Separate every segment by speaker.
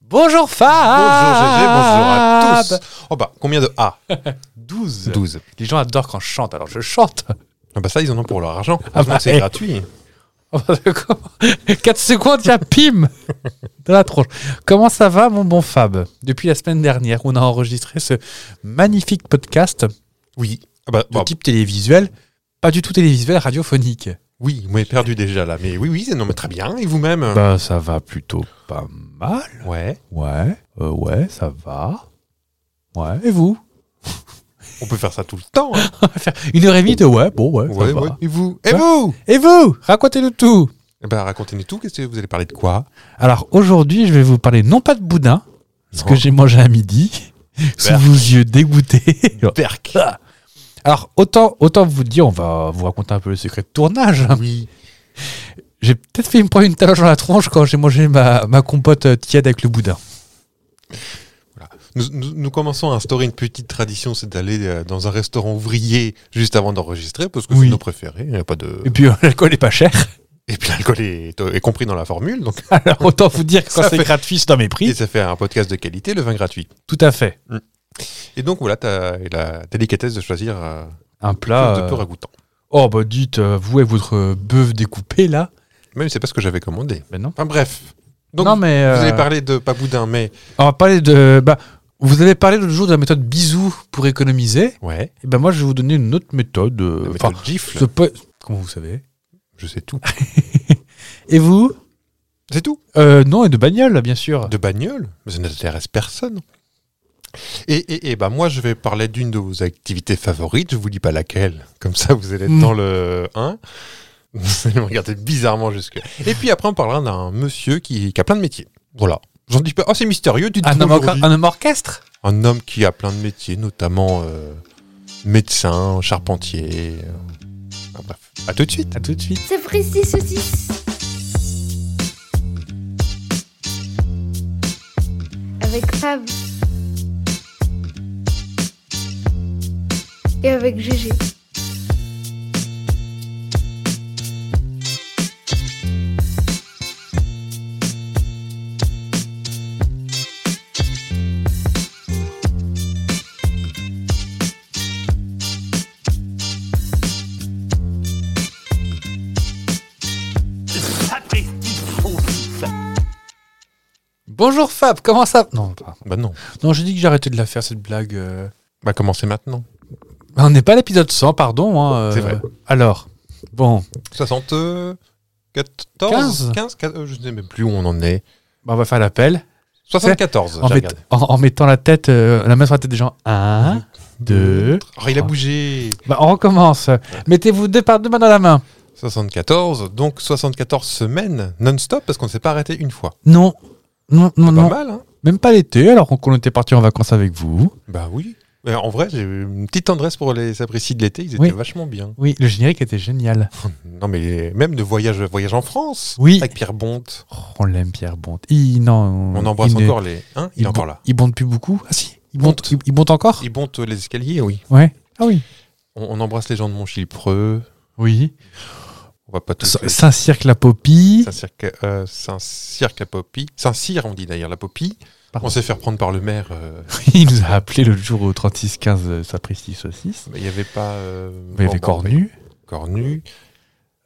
Speaker 1: Bonjour Fab
Speaker 2: Bonjour
Speaker 1: Ah.
Speaker 2: GG, bonjour à tous. Oh bah, combien de A
Speaker 1: 12.
Speaker 2: 12.
Speaker 1: Les gens adorent quand je chante, alors je chante
Speaker 2: Ah bah ça, ils en ont pour leur argent. Heureusement que c'est
Speaker 1: ouais.
Speaker 2: gratuit.
Speaker 1: 4 secondes, il y a pim Dans la tronche. Comment ça va, mon bon Fab Depuis la semaine dernière, on a enregistré ce magnifique podcast de
Speaker 2: Oui. Ah bah, bah,
Speaker 1: type télévisuel, pas du tout télévisuel, radiophonique.
Speaker 2: oui, vous m'avez perdu déjà là. Mais oui, oui, c'est- non mais très bien. Et vous-même
Speaker 1: Bah, ça va plutôt pas mal.
Speaker 2: Ouais.
Speaker 1: Ouais, euh, ouais, ça va. Ouais, et vous
Speaker 2: On peut faire ça tout le temps. hein.
Speaker 1: Une heure et demie de ouais, bon, ouais, ça va.
Speaker 2: Ouais,
Speaker 1: Bah.
Speaker 2: ouais. Et vous Et
Speaker 1: Ouais.
Speaker 2: vous
Speaker 1: Et vous Racontez-nous tout
Speaker 2: Eh bah, racontez-nous tout. Qu'est-ce que vous allez parler de quoi
Speaker 1: Alors aujourd'hui, je vais vous parler non pas de boudin, ce que
Speaker 2: Non.
Speaker 1: j'ai mangé à midi, sous
Speaker 2: Oh. Berk.
Speaker 1: vos yeux dégoûtés.
Speaker 2: Berk.
Speaker 1: Alors autant, autant vous dire, on va vous raconter un peu le secret de tournage.
Speaker 2: Oui.
Speaker 1: J'ai peut-être fait me prendre une taloche dans la tronche quand j'ai mangé ma, ma compote euh, tiède avec le boudin.
Speaker 2: Nous, nous- nous commençons à instaurer une petite tradition, c'est d'aller euh, dans un restaurant ouvrier juste avant d'enregistrer, parce que
Speaker 1: Oui.
Speaker 2: c'est nos préférés. Il n'y a pas de...
Speaker 1: Et puis euh, l'alcool est pas cher,
Speaker 2: Et puis l'alcool est, est compris dans la formule, donc
Speaker 1: alors autant vous dire que quand
Speaker 2: Ça
Speaker 1: c'est
Speaker 2: fait-
Speaker 1: gratuit, c'est dans mes
Speaker 2: et
Speaker 1: prix.
Speaker 2: ça fait un podcast de qualité, le vin gratuit.
Speaker 1: Tout à fait.
Speaker 2: Et donc voilà, tu as la délicatesse de choisir euh,
Speaker 1: Un
Speaker 2: chose
Speaker 1: plat.
Speaker 2: de peu
Speaker 1: euh,
Speaker 2: ragoûtant.
Speaker 1: Oh bah dites, euh, vous et votre euh, bœuf découpé là
Speaker 2: Même c'est pas ce que j'avais commandé.
Speaker 1: Ben non.
Speaker 2: Enfin bref. Donc
Speaker 1: non mais
Speaker 2: vous
Speaker 1: euh,
Speaker 2: allez parler de pas boudin, mais
Speaker 1: on va parler de. Bah, vous avez parlé l'autre jour de la méthode bisou pour économiser.
Speaker 2: ouais.
Speaker 1: Et ben moi, je vais vous donner une autre méthode. euh,
Speaker 2: La méthode
Speaker 1: Enfin,
Speaker 2: gifle,
Speaker 1: ce po- comment vous savez
Speaker 2: je sais tout.
Speaker 1: Et vous
Speaker 2: C'est tout.
Speaker 1: Euh, Non, et de bagnole, bien sûr.
Speaker 2: De bagnole, mais ça n'intéresse personne. Et, et, et bah moi je vais parler d'une de vos activités favorites. Je vous dis pas laquelle. Comme ça vous allez être
Speaker 1: Mm.
Speaker 2: dans le 1. Vous allez me regarder bizarrement jusque. Et puis après on parlera d'un monsieur qui, qui a plein de métiers. Voilà. J'en dis pas. Oh c'est mystérieux. Dites
Speaker 1: Un homme, orca- un homme orchestre
Speaker 2: un homme qui a plein de métiers, notamment euh, médecin, charpentier. euh, enfin, bref, à tout de suite.
Speaker 1: À tout de suite.
Speaker 3: Ça précise saucisse. Avec Fab. Et avec GG.
Speaker 1: Bonjour Fab, comment ça Non, pas-
Speaker 2: Bah non.
Speaker 1: non j'ai dit que j'ai arrêté de la faire, cette blague. euh.
Speaker 2: Bah commencez maintenant.
Speaker 1: On n'est pas à l'épisode 100, pardon. hein,
Speaker 2: C'est
Speaker 1: euh,
Speaker 2: vrai.
Speaker 1: Alors, bon,
Speaker 2: 74
Speaker 1: Quinze.
Speaker 2: 15, quat- euh, Je ne sais même plus où on en est.
Speaker 1: bah, on va faire l'appel
Speaker 2: 74,
Speaker 1: en,
Speaker 2: j'ai
Speaker 1: mett-
Speaker 2: regardé.
Speaker 1: en, en mettant la tête, euh, la main sur la tête des gens. Un, deux.
Speaker 2: Oh, il a
Speaker 1: trois.
Speaker 2: bougé.
Speaker 1: Bah, on recommence. Mettez-vous deux par deux mains dans la main.
Speaker 2: 74, donc 74 semaines non-stop parce qu'on ne s'est pas arrêté une fois.
Speaker 1: Non, non, non,
Speaker 2: Pas
Speaker 1: non.
Speaker 2: mal, hein
Speaker 1: Même pas l'été, alors qu'on- qu'on était parti en vacances avec vous.
Speaker 2: Bah oui. Mais en vrai, j'ai eu une petite tendresse pour les apprécis de l'été, ils étaient
Speaker 1: Oui.
Speaker 2: vachement bien.
Speaker 1: Oui, le générique était génial.
Speaker 2: Non mais même de voyage, voyage en France
Speaker 1: Oui.
Speaker 2: avec Pierre Bonte.
Speaker 1: Oh, on l'aime, Pierre Bonte. Il, non,
Speaker 2: On embrasse
Speaker 1: il ne-
Speaker 2: encore les. Hein il,
Speaker 1: il
Speaker 2: est encore
Speaker 1: bon-
Speaker 2: là.
Speaker 1: Il bonte plus beaucoup. Ah si, il
Speaker 2: Bonte.
Speaker 1: bonte, il, il bonte encore
Speaker 2: Il monte les escaliers, oui.
Speaker 1: Ouais. Ah oui.
Speaker 2: On, on embrasse les gens de Montchilpreux.
Speaker 1: Oui.
Speaker 2: On va pas tous. les-
Speaker 1: Saint-Cirque la Popie.
Speaker 2: Saint-Cyr euh, Saint-Cyr la Popie. Saint-Cyr, on dit d'ailleurs la Popie.
Speaker 1: Pardon.
Speaker 2: On s'est fait reprendre par le maire. euh,
Speaker 1: il nous a appelé l'autre jour au 3615 euh, Sapristi Saucisse.
Speaker 2: mais il n'y avait pas. euh,
Speaker 1: Il y avait
Speaker 2: bon, bon,
Speaker 1: Cornu.
Speaker 2: Cornu.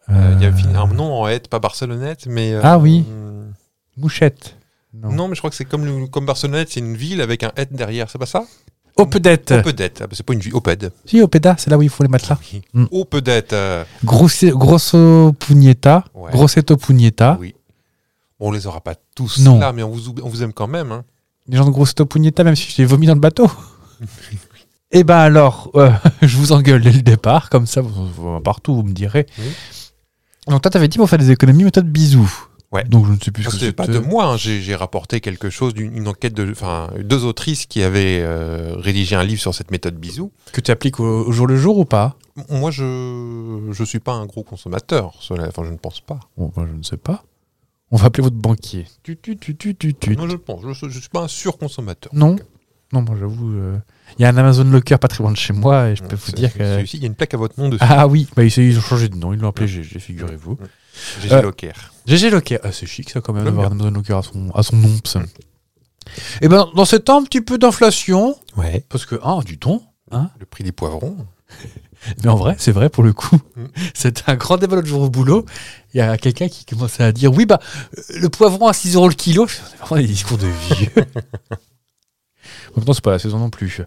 Speaker 1: Euh,
Speaker 2: Euh, Il y avait un nom en hête, pas Barcelonnette, mais. euh,
Speaker 1: Ah oui.
Speaker 2: hum,
Speaker 1: Mouchette.
Speaker 2: Non, mais je crois que c'est comme, le- comme Barcelonnette, c'est une ville avec un hête derrière, c'est pas ça
Speaker 1: Opedette.
Speaker 2: Opedette. Ah, bah, c'est pas une ville, Oped.
Speaker 1: Si, Opeda, c'est là où il faut les matelas.
Speaker 2: Oui.
Speaker 1: Mm.
Speaker 2: Opedette. euh,
Speaker 1: Grosse- grosso Pugnetta.
Speaker 2: Ouais.
Speaker 1: Grossetto Pugnetta.
Speaker 2: Oui. Bon, on les aura pas tous
Speaker 1: Non.
Speaker 2: là, mais on vous, oublie- on vous aime quand même. hein.
Speaker 1: Les gens de Grossetto Pugnetta, même si je les vomi dans le bateau. Eh ben alors, euh, je vous engueule dès le départ, comme ça, vous, vous- partout, vous me direz.
Speaker 2: Oui.
Speaker 1: Donc toi, t'avais dit pour faire des économies, méthode bisou.
Speaker 2: Ouais.
Speaker 1: Donc je ne sais plus ce
Speaker 2: Parce
Speaker 1: que
Speaker 2: que C'est
Speaker 1: c'était.
Speaker 2: pas de moi, hein, j'ai j'ai rapporté quelque chose d'une une enquête de, enfin, deux autrices qui avaient euh, rédigé un livre sur cette méthode bisou.
Speaker 1: Que tu appliques au, au jour le jour ou pas
Speaker 2: M- Moi, je je suis pas un gros consommateur, cela, enfin, je ne pense pas.
Speaker 1: Bon, ben, Je ne sais pas. On va appeler votre banquier. Tu, tu, tu, tu, tu, tu.
Speaker 2: Non, je pense, je, je suis pas un surconsommateur.
Speaker 1: Non, non, moi j'avoue, euh, il y a un Amazon Locker pas très loin de chez moi et je peux vous
Speaker 2: C'est-
Speaker 1: dire que...
Speaker 2: celui-ci, il y a une plaque à votre nom dessus.
Speaker 1: Ah oui, bah, ils, ils ont changé de nom, ils l'ont appelé GG, figurez-vous.
Speaker 2: J'ai
Speaker 1: euh,
Speaker 2: Locker.
Speaker 1: GG Locker, ah, c'est chic ça quand même
Speaker 2: J'aime
Speaker 1: d'avoir un Amazon Locker à son, à son nom. ça. Et ben dans ce temps, un petit peu d'inflation,
Speaker 2: Ouais.
Speaker 1: parce que, ah, du ton, hein,
Speaker 2: Le prix des poivrons.
Speaker 1: mais en vrai, c'est vrai pour le coup.
Speaker 2: Mm.
Speaker 1: C'était un grand débat l'autre jour au boulot. Il y a quelqu'un qui commençait à dire, oui, bah, euh, le poivron à 6 euros le kilo, c'est vraiment des discours de vieux. en même temps, c'est pas la saison non plus.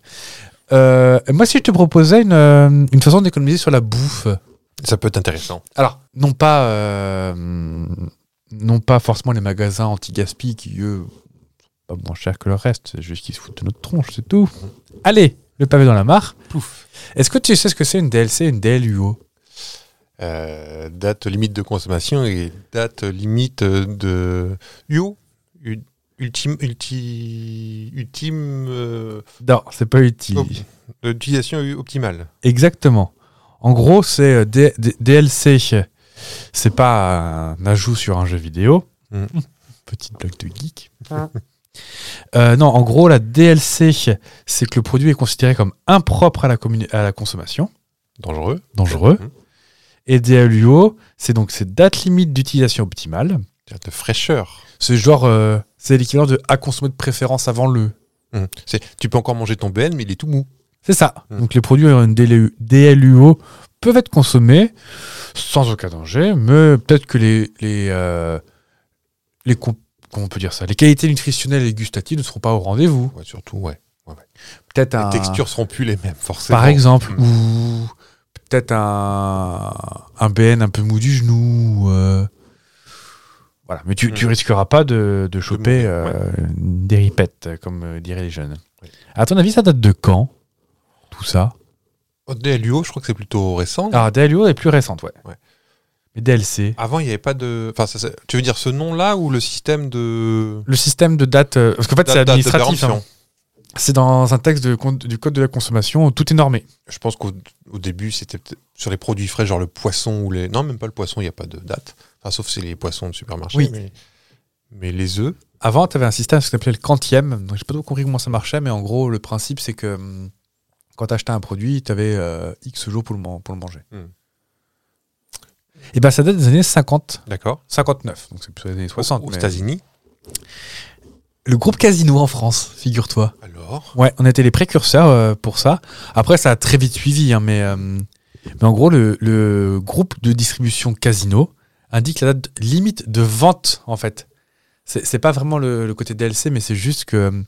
Speaker 1: Euh, moi, si je te proposais une, euh, une façon d'économiser sur la bouffe,
Speaker 2: Ça peut être intéressant.
Speaker 1: Alors, non pas, euh, non pas forcément les magasins anti-gaspi qui, eux, sont pas moins chers que le reste, c'est juste qu'ils se foutent de notre tronche, c'est tout. Allez, le pavé dans la mare.
Speaker 2: Pouf.
Speaker 1: Est-ce que tu sais ce que c'est une DLC une DLUO
Speaker 2: Euh, date limite de consommation et date limite euh, de UO. U- Ultime, ulti- ultime euh,
Speaker 1: Non, c'est pas utile.
Speaker 2: op- euh, utilisation optimale.
Speaker 1: Exactement. En gros, c'est euh, D- D- DLC. C'est pas un ajout sur un jeu vidéo.
Speaker 2: Mm.
Speaker 1: Petite blague de geek. Euh, non, en gros, la DLC, c'est que le produit est considéré comme impropre à la, communi- à la consommation,
Speaker 2: Dangereux.
Speaker 1: dangereux.
Speaker 2: Mhm.
Speaker 1: Et DLUO, c'est donc ces dates limites d'utilisation optimale.
Speaker 2: C'est-à-dire De fraîcheur.
Speaker 1: C'est genre, euh, c'est l'équivalent de à consommer de préférence avant le.
Speaker 2: Hum. C'est- Tu peux encore manger ton BN, mais il est tout mou.
Speaker 1: C'est ça.
Speaker 2: Mm.
Speaker 1: Donc les produits ayant une DLU DLUO peuvent être consommés sans aucun danger, mais peut-être que les, les, euh, les com- comment on peut dire ça les qualités nutritionnelles et gustatives ne seront pas au rendez-vous.
Speaker 2: Ouais, surtout, ouais.
Speaker 1: Peut-être un Mmh.
Speaker 2: Les textures seront plus les mêmes, forcément.
Speaker 1: Ah. par exemple
Speaker 2: Mm.
Speaker 1: ou peut-être un un BN un peu mou du genou. ou, euh, voilà, mais tu,
Speaker 2: Mm.
Speaker 1: tu risqueras pas de, Mmh. de choper
Speaker 2: mourir,
Speaker 1: euh, des ripettes, comme euh, diraient les jeunes.
Speaker 2: Oui.
Speaker 1: À ton avis, ça date de quand tout ça
Speaker 2: Oh, DLUO, je crois que c'est plutôt récent.
Speaker 1: Ah, DLUO est plus récente, ouais.
Speaker 2: Ouais.
Speaker 1: Mais DLC.
Speaker 2: Avant, il n'y avait pas de. Enfin, ça, ça- tu veux dire ce nom-là ou le système de.
Speaker 1: Le système de date. euh, parce qu'en fait,
Speaker 2: date-
Speaker 1: c'est
Speaker 2: date de
Speaker 1: administratif.
Speaker 2: péremption.
Speaker 1: hein. C'est dans un texte de con- du Code de la consommation, tout est normé.
Speaker 2: Je pense qu'au au début, c'était peut-être sur les produits frais, genre le poisson ou les. Non, même pas le poisson, il n'y a pas de date. Enfin, sauf si les poissons de supermarché.
Speaker 1: Oui.
Speaker 2: Mais, mais les œufs.
Speaker 1: Avant, tu avais un système, ce qu'on appelait le quantième. Donc, j'ai pas trop compris comment ça marchait, mais en gros, le principe, c'est que hum, quand tu achetais un produit, tu avais X jours pour le, man- pour le manger.
Speaker 2: Hmm.
Speaker 1: Et bien, ça date des années 50,
Speaker 2: D'accord.
Speaker 1: 59, donc c'est plutôt les années 60.
Speaker 2: Aux
Speaker 1: mais-
Speaker 2: États-Unis.
Speaker 1: Le groupe Casino en France, figure-toi.
Speaker 2: Alors.
Speaker 1: Ouais, on était les précurseurs euh, pour ça. Après, ça a très vite suivi, hein, mais, euh, mais en gros, le, le groupe de distribution Casino indique la date limite de vente, en fait. C'est c'est pas vraiment le, le côté DLC, mais c'est juste que euh,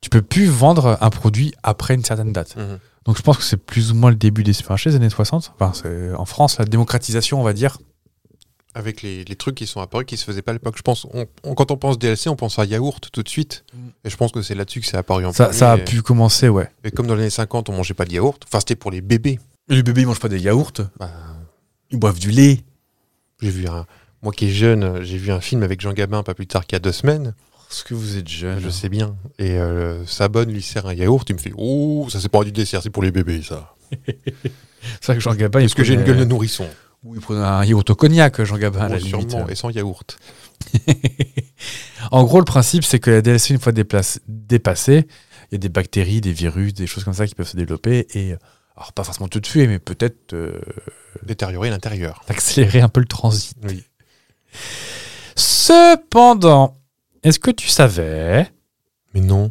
Speaker 1: tu peux plus vendre un produit après une certaine date.
Speaker 2: Mhm.
Speaker 1: Donc je pense que c'est plus ou moins le début des supermarchés des années 60. Enfin, c'est en France, la démocratisation, on va dire.
Speaker 2: Avec les, les trucs qui sont apparus, qui se faisaient pas à l'époque. Je pense. on- on- quand on pense DLC, on pense à yaourt tout de suite.
Speaker 1: Mm.
Speaker 2: Et je pense que c'est là-dessus que c'est apparu en
Speaker 1: Ça,
Speaker 2: premier.
Speaker 1: ça a
Speaker 2: Et-
Speaker 1: pu commencer, ouais.
Speaker 2: Et comme dans les années 50, on mangeait pas de yaourt. Enfin, c'était pour les bébés.
Speaker 1: Et les bébés, ils mangent pas des yaourts.
Speaker 2: Bah,
Speaker 1: Ils boivent du lait.
Speaker 2: j'ai vu un. Moi qui est jeune, j'ai vu un film avec Jean Gabin pas plus tard qu'il y a deux semaines.
Speaker 1: Parce que vous êtes jeune.
Speaker 2: Je sais bien. Et euh, sa bonne lui sert un yaourt, il me fait Oh, ça c'est pas du dessert, c'est pour les bébés ça.
Speaker 1: C'est vrai que Jean Gabin, il
Speaker 2: Est-ce que j'ai une
Speaker 1: prenait-
Speaker 2: gueule de nourrisson
Speaker 1: Ou il prenait un yaourt au cognac, Jean Gabin, à Ah, la
Speaker 2: Ouais,
Speaker 1: limite.
Speaker 2: Sûrement, et sans yaourt.
Speaker 1: En gros, le principe, c'est que la DLC, une fois déplace- dépassée, il y a des bactéries, des virus, des choses comme ça qui peuvent se développer et, euh, alors pas forcément tout de suite, mais peut-être euh,
Speaker 2: Détériorer l'intérieur.
Speaker 1: accélérer un peu le transit.
Speaker 2: Oui.
Speaker 1: Cependant, est-ce que tu savais
Speaker 2: Mais non.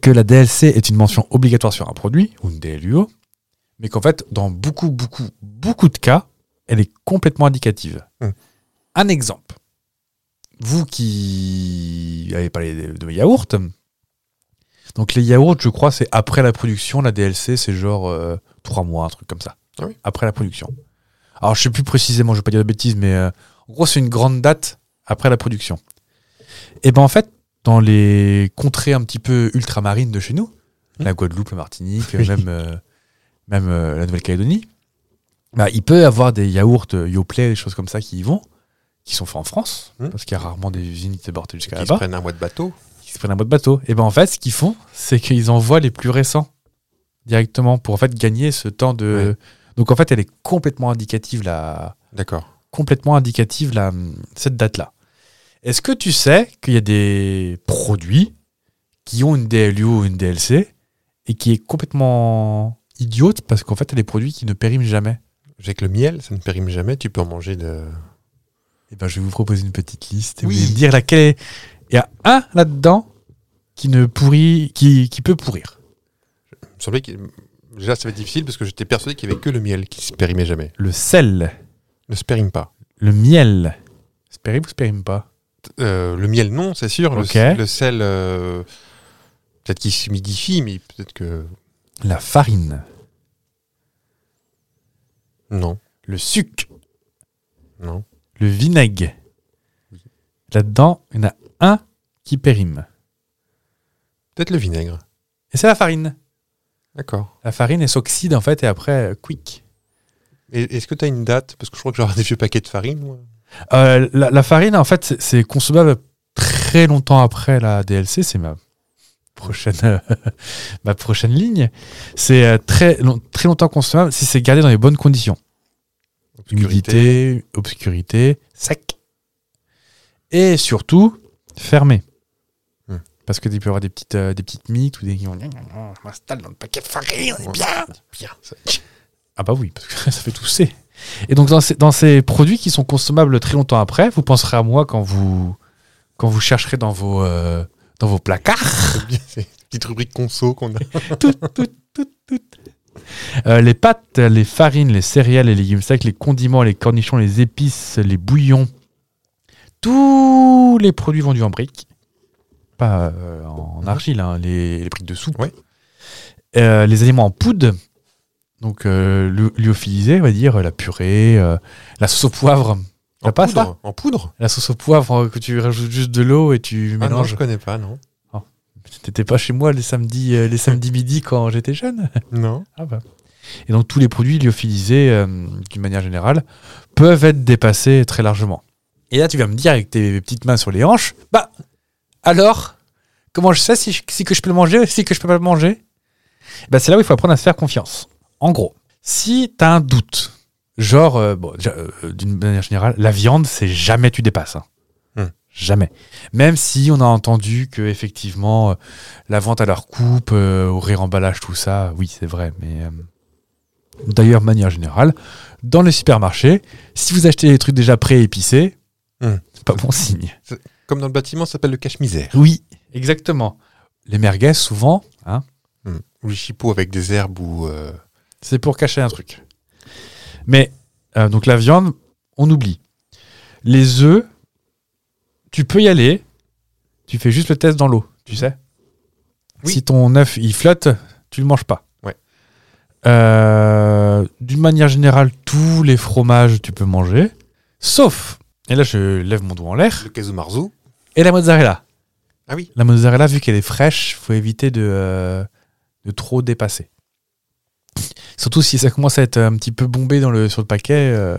Speaker 1: que la DLC est une mention obligatoire sur un produit, ou une DLUO, mais qu'en fait, dans beaucoup, beaucoup, beaucoup de cas, elle est complètement indicative.
Speaker 2: Hmm.
Speaker 1: Un exemple. Vous qui avez parlé de de yaourts, donc les yaourts, je crois, c'est après la production, la DLC, c'est genre euh, trois mois, un truc comme ça.
Speaker 2: Ah oui.
Speaker 1: Après la production. Alors, je sais plus précisément, je vais pas dire de bêtises, mais euh, en gros, c'est une grande date après la production. Et ben en fait, dans les contrées un petit peu ultramarines de chez nous,
Speaker 2: Mhm.
Speaker 1: la Guadeloupe, la Martinique, même, euh, même euh, la Nouvelle-Calédonie, bah, il peut y avoir des yaourts euh, Yoplait, des choses comme ça qui y vont, qui sont faits en France,
Speaker 2: Mhm.
Speaker 1: parce qu'il y a rarement des usines qui débarquent jusqu'à
Speaker 2: Ils se
Speaker 1: là-bas,
Speaker 2: prennent un mois de bateau.
Speaker 1: qui se prennent un mode bateau. Et ben en fait, ce qu'ils font, c'est qu'ils envoient les plus récents directement pour en fait gagner ce temps de.
Speaker 2: Ouais.
Speaker 1: Donc en fait, elle est complètement indicative la,
Speaker 2: D'accord.
Speaker 1: complètement indicative la, cette date-là. Est-ce que tu sais qu'il y a des produits qui ont une DLU ou une DLC et qui est complètement idiote parce qu'en fait, elle des produits qui ne périment jamais
Speaker 2: J'ai que le miel, ça ne périme jamais, tu peux en manger de.
Speaker 1: Eh ben, je vais vous proposer une petite liste et
Speaker 2: Oui.
Speaker 1: vous allez me dire laquelle est. Il y a un là-dedans qui ne pourrit, qui, qui peut pourrir.
Speaker 2: Il me semblait que déjà ça va être difficile parce que j'étais persuadé qu'il n'y avait que le miel qui se périmait jamais.
Speaker 1: Le sel,
Speaker 2: Ne se périme pas.
Speaker 1: le miel. C'est périme ou c'est périme pas
Speaker 2: Euh, le miel, non, c'est sûr. Le
Speaker 1: Ok.
Speaker 2: sel- Le, sel, euh, peut-être qu'il s'humidifie, mais peut-être que.
Speaker 1: La farine,
Speaker 2: Non,
Speaker 1: le sucre,
Speaker 2: non.
Speaker 1: le vinaigre. Là-dedans, il y en a un qui périme.
Speaker 2: Peut-être le vinaigre.
Speaker 1: Et c'est la farine.
Speaker 2: D'accord.
Speaker 1: La farine, elle s'oxyde en fait, et après, euh, quick.
Speaker 2: Et- Est-ce que tu as une date Parce que je crois que j'aurai des vieux paquets de farine. moi.
Speaker 1: Euh, la, la farine, en fait, c'est- c'est consommable très longtemps après la DLC. C'est ma prochaine, euh, ma prochaine ligne. C'est euh, très, long- très longtemps consommable si c'est gardé dans les bonnes conditions. Humidité, obscurité, sec. Et surtout, fermé.
Speaker 2: Hmm.
Speaker 1: Parce que il peut y avoir des petites, euh, des petites mites ou des. qui vont-
Speaker 2: On m'installe dans le paquet de farine, on est bien Bien. ça-
Speaker 1: Ah bah oui, parce que ça fait tousser. Et donc dans ces, dans ces produits qui sont consommables très longtemps après, vous penserez à moi quand vous, quand vous chercherez dans vos, euh, dans vos placards
Speaker 2: C'est bien, c'est une petite rubrique conso qu'on a.
Speaker 1: Euh, les pâtes, les farines, les céréales, les légumes secs, les condiments, les cornichons, les épices, les bouillons. Tous les produits vendus en briques. Pas euh,
Speaker 2: Mhm.
Speaker 1: en argile, hein, les, les briques de soupe.
Speaker 2: Ouais.
Speaker 1: Euh, les aliments en poudre. Donc euh, lu- lyophilisés, on va dire, la purée, euh, la sauce au poivre. T'as
Speaker 2: En
Speaker 1: pas
Speaker 2: poudre
Speaker 1: ça
Speaker 2: En poudre
Speaker 1: La sauce au poivre euh, que tu rajoutes juste de l'eau et tu
Speaker 2: ah non,
Speaker 1: mélanges.
Speaker 2: je connais pas, non.
Speaker 1: T'étais pas chez moi les samedis, euh, les samedis midi quand j'étais jeune
Speaker 2: Non.
Speaker 1: Ah bah. Et donc tous les produits lyophilisés, euh, d'une manière générale, peuvent être dépassés très largement. Et là, tu vas me dire avec tes petites mains sur les hanches, bah alors, comment je sais si, je- si que je peux le manger, si que je peux pas le manger bah, C'est là où il faut apprendre à se faire confiance. En gros, si tu as un doute, genre, euh, bon, déjà, euh, d'une manière générale, la viande, c'est jamais tu dépasses. hein.
Speaker 2: Hmm.
Speaker 1: Jamais. Même si on a entendu que effectivement euh, la vente à leur coupe, euh, au réemballage, tout ça, oui, c'est vrai. Mais euh, d'ailleurs, de manière générale, dans les supermarchés, si vous achetez des trucs déjà pré-épicés,
Speaker 2: Hmm.
Speaker 1: c'est pas bon signe.
Speaker 2: Comme dans le bâtiment, ça s'appelle le cache-misère.
Speaker 1: Oui, exactement. Les merguez, souvent, hein,
Speaker 2: Hmm. Ou le chipot avec des herbes ou. euh,
Speaker 1: c'est pour cacher un truc. Mais, euh, donc la viande, on oublie. Les œufs, tu peux y aller, tu fais juste le test dans l'eau, tu sais.
Speaker 2: Oui.
Speaker 1: Si ton œuf, il flotte, tu le manges pas.
Speaker 2: Ouais.
Speaker 1: Euh, D'une manière générale, tous les fromages, tu peux manger, sauf, et là je lève mon doigt en l'air,
Speaker 2: Le casumarzu.
Speaker 1: et la mozzarella.
Speaker 2: Ah oui.
Speaker 1: La mozzarella, vu qu'elle est fraîche, faut éviter de, euh, de trop dépasser. Surtout si ça commence à être un petit peu bombé dans le, sur le paquet. euh,